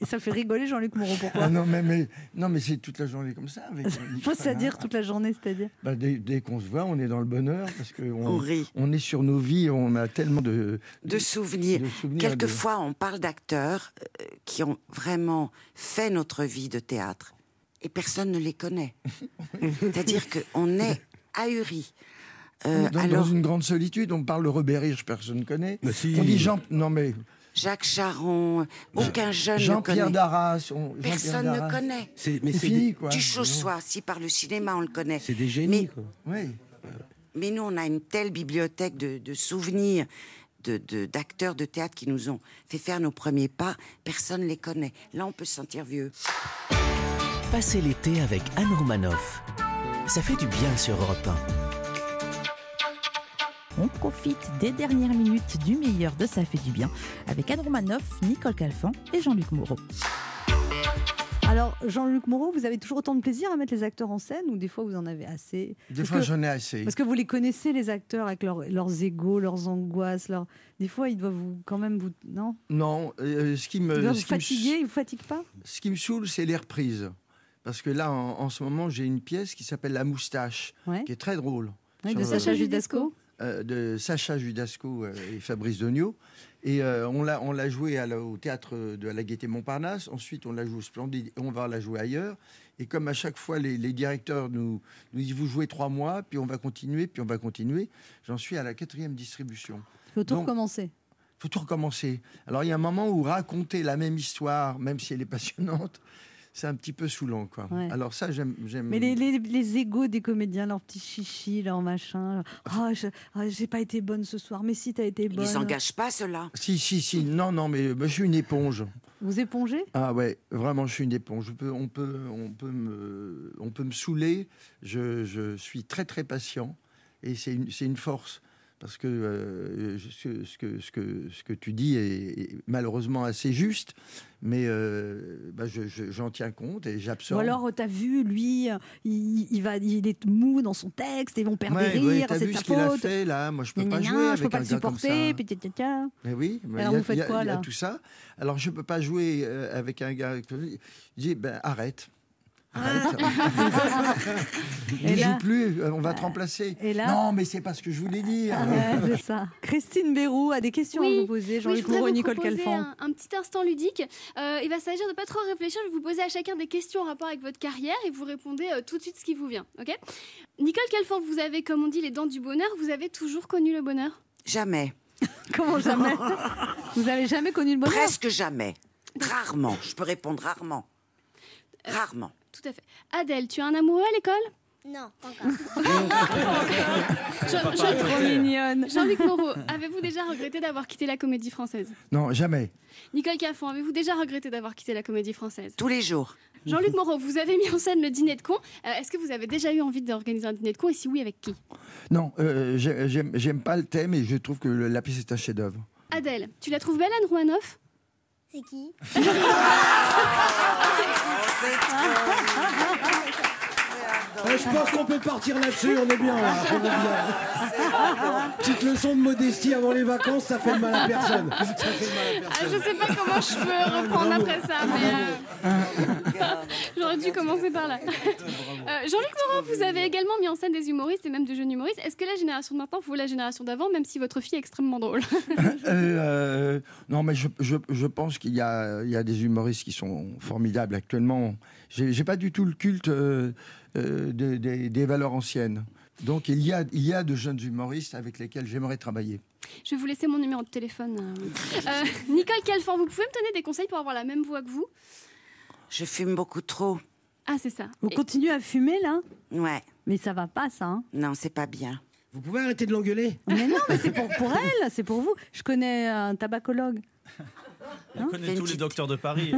Speaker 4: Et ça fait rigoler Jean-Luc Moreau, pourquoi
Speaker 19: Ah non mais, mais- non mais c'est toute la journée comme ça.
Speaker 20: [laughs]
Speaker 4: [laughs]
Speaker 19: Avec, hein.
Speaker 4: Faut se dire toute la journée, c'est-à-dire
Speaker 19: Bah, dès dès qu'on se voit, on est dans le bonheur parce que on,
Speaker 20: On rit.
Speaker 19: on est sur nos vies, on a tellement de
Speaker 20: De souvenirs.
Speaker 19: de souvenirs, de-
Speaker 20: Quelquefois, on parle d'acteurs euh, qui ont vraiment fait
Speaker 19: [laughs]
Speaker 20: notre vie de théâtre et personne ne les connaît. C'est-à-dire qu'on est ahurie.
Speaker 19: Dans-
Speaker 20: Euh,
Speaker 19: dans,
Speaker 20: alors,
Speaker 19: une grande solitude, on parle de Robert Hirsch, personne ne connaît.
Speaker 20: Mais si.
Speaker 19: On dit Jean. Non mais.
Speaker 20: Jacques Charon, aucun jeune ne
Speaker 19: Jean-Pierre
Speaker 20: connaît.
Speaker 19: Darras. on- Jean-Pierre
Speaker 20: personne
Speaker 19: Darras.
Speaker 20: ne connaît.
Speaker 19: C'est- mais c'est fini, quoi.
Speaker 20: Du Chaussois, si par le cinéma on le connaît.
Speaker 11: C'est des génies,
Speaker 20: mais,
Speaker 11: quoi.
Speaker 20: Mais nous, on a une telle bibliothèque de, de souvenirs de- de- d'acteurs de, théâtre qui nous ont fait faire nos premiers pas. Personne ne les connaît. Là, on peut se sentir vieux.
Speaker 1: Passez l'été avec Anne Romanoff. Ça fait du bien sur Europe 1.
Speaker 3: On profite des dernières minutes du meilleur de Ça fait du bien avec Anne Romanoff, Nicole Calfan et Jean-Luc Moreau.
Speaker 4: Alors, Jean-Luc Moreau, vous avez toujours autant de plaisir à mettre les acteurs en scène ou des fois vous en avez assez
Speaker 19: Des
Speaker 4: Parce
Speaker 19: fois,
Speaker 4: que-
Speaker 19: j'en ai assez.
Speaker 4: Parce que vous les connaissez, les acteurs, avec leurs- leurs égaux, leurs angoisses. Leurs... Des fois, ils doivent vous, quand même vous. Non
Speaker 19: Non, euh, ce qui me.
Speaker 4: Ils doivent
Speaker 19: ce
Speaker 4: vous
Speaker 19: qui me
Speaker 4: fatiguer, ils vous fatiguent pas
Speaker 19: ce qui me saoule, c'est les reprises. Parce que là, en, en ce moment, j'ai une pièce qui s'appelle La Moustache, qui est très drôle.
Speaker 4: Oui,
Speaker 19: Sur,
Speaker 4: de Sacha Judasco.
Speaker 19: euh, de Sacha Judasco euh, et Fabrice Dognaud. Et euh, on l'a on l'a joué à la- au théâtre de la Gaîté Montparnasse. Ensuite, on la joue au Splendide. et On va la jouer ailleurs. Et comme à chaque fois, les, les directeurs nous, nous disent vous jouez trois mois, puis on va continuer, puis on va continuer. J'en suis à la quatrième distribution.
Speaker 4: Faut tout
Speaker 19: Donc,
Speaker 4: recommencer.
Speaker 19: faut tout recommencer. Alors il y a un moment où raconter la même histoire, même si elle est passionnante, [laughs] c'est un petit peu saoulant. Quoi.
Speaker 4: Ouais.
Speaker 19: Alors ça, j'aime. j'aime-
Speaker 4: Mais les, les, les égaux des comédiens, leurs petits chichis, leurs machins. Oh, je- oh, j'ai pas été bonne ce soir, mais si t'as été
Speaker 20: Ils
Speaker 4: bonne.
Speaker 20: ne s'engagent pas, ceux-là.
Speaker 19: Si, si, si. Non, non, mais mais je suis une éponge.
Speaker 4: Vous épongez
Speaker 19: Ah ouais, vraiment, je suis une éponge. Je peux- on, peut, on, peut me, on peut me saouler. Je, je suis très, très patient. Et c'est une, c'est une force. Parce que, euh, je- ce, ce que, ce, que, ce que tu dis est, est malheureusement assez juste. Mais euh, bah, je- je- j'en tiens compte et
Speaker 4: Ou
Speaker 19: j'absorbe.
Speaker 4: alors, euh, t'as vu, lui, euh, il, il va, il est mou dans son texte, ils vont perdre
Speaker 19: Ouais,
Speaker 4: des
Speaker 19: ouais,
Speaker 4: rires,
Speaker 19: t'as
Speaker 4: c'est de
Speaker 19: vu
Speaker 4: sa
Speaker 19: ce qu'il a
Speaker 4: faute.
Speaker 19: fait là Moi, je peux
Speaker 4: Gna,
Speaker 19: pas
Speaker 4: gna,
Speaker 19: jouer
Speaker 4: gna,
Speaker 19: avec
Speaker 4: je peux pas
Speaker 19: un
Speaker 4: le
Speaker 19: gars comme ça.
Speaker 4: supporter, puis tcha, tcha, tcha.
Speaker 19: Mais oui, mais
Speaker 4: Alors,
Speaker 19: il y a-
Speaker 4: vous faites
Speaker 19: il y a-
Speaker 4: quoi,
Speaker 19: il y a
Speaker 4: là
Speaker 19: tout ça. Alors je peux pas jouer euh, avec un gars. Je dis ben arrête. Arrête.
Speaker 4: Ah. [laughs] Et
Speaker 19: Ne
Speaker 4: là-
Speaker 19: joue plus, euh, on va te remplacer.
Speaker 4: et là- Ah
Speaker 19: non, mais c'est pas ce que je voulais dire.
Speaker 4: Ouais, c'est ça. Christine Bérou a des questions à vous
Speaker 21: Oui,
Speaker 4: poser.
Speaker 21: je
Speaker 4: Jean-Luc
Speaker 21: voudrais
Speaker 4: Moreau et
Speaker 21: vous
Speaker 4: Nicole
Speaker 21: proposer
Speaker 4: Calfan.
Speaker 21: Un, un petit instant ludique. Euh, il va s'agir de ne pas trop réfléchir. Je vais vous poser à chacun des questions en rapport avec votre carrière et vous répondez euh, tout de suite ce qui vous vient. Ok Nicole Calfan, vous avez, comme on dit, les dents du bonheur. Vous avez toujours connu le bonheur
Speaker 20: Jamais.
Speaker 4: [laughs]
Speaker 20: [laughs]
Speaker 4: Comment jamais Vous avez jamais connu le bonheur
Speaker 20: Presque jamais. Rarement. Je peux répondre rarement. Rarement.
Speaker 21: Tout à fait. Adèle, tu as un amoureux à l'école
Speaker 22: Non, pas encore.
Speaker 21: Jean-
Speaker 19: Papa,
Speaker 21: Jean-
Speaker 19: trop mignonne.
Speaker 21: Jean-Luc
Speaker 19: [laughs]
Speaker 21: Moreau, avez-vous déjà regretté d'avoir quitté la comédie française
Speaker 19: Non, jamais.
Speaker 21: Nicole Calfan, avez-vous déjà regretté d'avoir quitté la comédie française
Speaker 20: Tous les jours.
Speaker 21: Jean-Luc Moreau, vous avez mis en scène le dîner de con. Est-ce que vous avez déjà eu envie d'organiser un dîner de con et si oui, avec qui
Speaker 19: Non, euh, j'ai- j'aime j'aime pas le thème et je trouve que le- la pièce est un chef-d'œuvre.
Speaker 21: Adèle, tu la trouves belle, Anne
Speaker 11: [laughs]
Speaker 21: Roumanoff
Speaker 22: C'est qui
Speaker 11: Ouais, Eh, je pense qu'on peut partir là-dessus, on est bien là. on est bien. Petite leçon de modestie avant les vacances, ça fait de mal à
Speaker 4: [laughs]
Speaker 11: personne. Ça fait de mal à
Speaker 21: Ah, Je sais pas comment je peux reprendre après ça, mais euh,
Speaker 11: [laughs]
Speaker 21: j'aurais dû commencer par là. Euh, Jean-Luc Moreau, vous avez également mis en scène des humoristes et même des jeunes humoristes. Est-ce que la génération de maintenant vaut la génération d'avant, même si votre fille est extrêmement drôle [laughs]
Speaker 19: Euh, non, mais je, je- je pense qu'il y a, il y a des humoristes qui sont formidables actuellement. J'ai j'ai pas du tout le culte euh, euh, des- des- des valeurs anciennes. Donc il y, a, il y a de jeunes humoristes avec lesquels j'aimerais travailler.
Speaker 21: Je vais vous laisser mon numéro de téléphone. euh. Euh, Nicole Calfan, vous pouvez me donner des conseils pour avoir la même voix que vous
Speaker 20: Je fume beaucoup trop.
Speaker 21: Ah, c'est ça.
Speaker 4: Vous continuez à fumer là
Speaker 20: Ouais.
Speaker 4: Mais ça va pas ça. hein.
Speaker 20: Non, c'est pas bien.
Speaker 11: Vous pouvez arrêter de l'engueuler
Speaker 4: Mais non, mais c'est pour, pour elle, c'est pour vous. Je connais un tabacologue.
Speaker 21: Hein
Speaker 23: On connaît tous les docteurs de
Speaker 21: [laughs]
Speaker 23: Paris.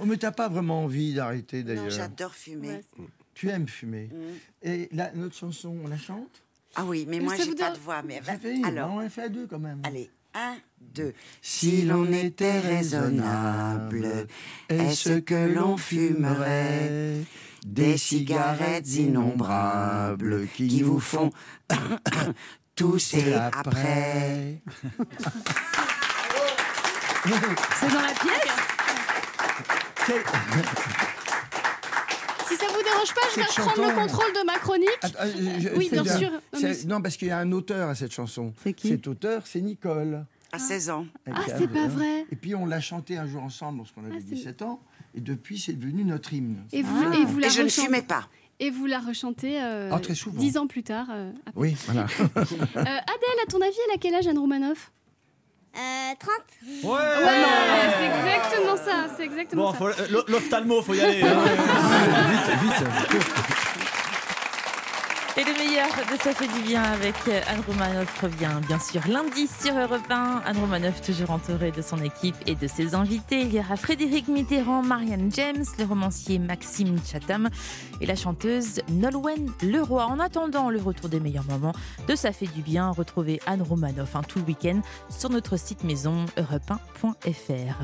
Speaker 19: Oh, mais t'as pas vraiment envie d'arrêter d'ailleurs.
Speaker 20: J'adore fumer.
Speaker 19: Tu aimes fumer.
Speaker 21: Mm.
Speaker 19: Et la, notre chanson, on la chante
Speaker 20: Ah oui, mais
Speaker 19: Je
Speaker 20: moi,
Speaker 19: sais
Speaker 20: j'ai
Speaker 19: vous
Speaker 20: pas
Speaker 19: dire-
Speaker 20: de voix. Mais
Speaker 19: Alors,
Speaker 20: alors,
Speaker 19: on l'a fait à deux quand même.
Speaker 20: Allez, un, deux.
Speaker 19: Si l'on était raisonnable, est-ce que l'on fumerait
Speaker 20: des cigarettes innombrables qui vous font [coughs] tousser après
Speaker 4: C'est dans la pièce
Speaker 21: Si ça vous dérange pas, je vais
Speaker 19: Cette
Speaker 21: reprendre le
Speaker 19: chanson-
Speaker 21: contrôle de ma chronique.
Speaker 19: Ah, je- je-
Speaker 21: oui,
Speaker 19: c'est
Speaker 21: bien
Speaker 19: un-
Speaker 21: sûr. Non, mais
Speaker 19: c'est- Non, parce qu'il y a un auteur à cette chanson.
Speaker 4: C'est qui
Speaker 19: Cet auteur, c'est Nicole.
Speaker 20: à 16 ans.
Speaker 21: Ah, c'est pas vrai. Ah,
Speaker 19: Et puis on l'a chanté un jour ensemble lorsqu'on avait 17 ans. Et depuis, c'est devenu notre hymne.
Speaker 21: Et vous- Ah. et vous la
Speaker 20: je ne
Speaker 21: rechantez-
Speaker 20: fumais pas.
Speaker 21: et vous la rechantez euh,
Speaker 19: Ah, très souvent.
Speaker 21: dix ans plus tard. euh, après.
Speaker 19: Oui, [laughs] voilà.
Speaker 21: Euh, Adèle, à ton avis, elle a quel âge Anne Roumanoff
Speaker 4: Euh, 30
Speaker 21: Ouais, c'est exactement ça, c'est exactement
Speaker 14: Bon,
Speaker 21: ça.
Speaker 14: faut- euh, l'o- l'ophtalmo, faut y aller. hein.
Speaker 3: Et le meilleur de Ça fait du bien avec Anne Romanoff revient bien sûr lundi sur Europe 1. Anne Romanoff toujours entourée de son équipe et de ses invités. Il y aura Frédéric Mitterrand, Marianne James, le romancier Maxime Chatham et la chanteuse Nolwenn Leroy. En attendant le retour des meilleurs moments de Ça fait du bien, retrouvez Anne Romanoff hein, tout le week-end sur notre site maison europe1.fr.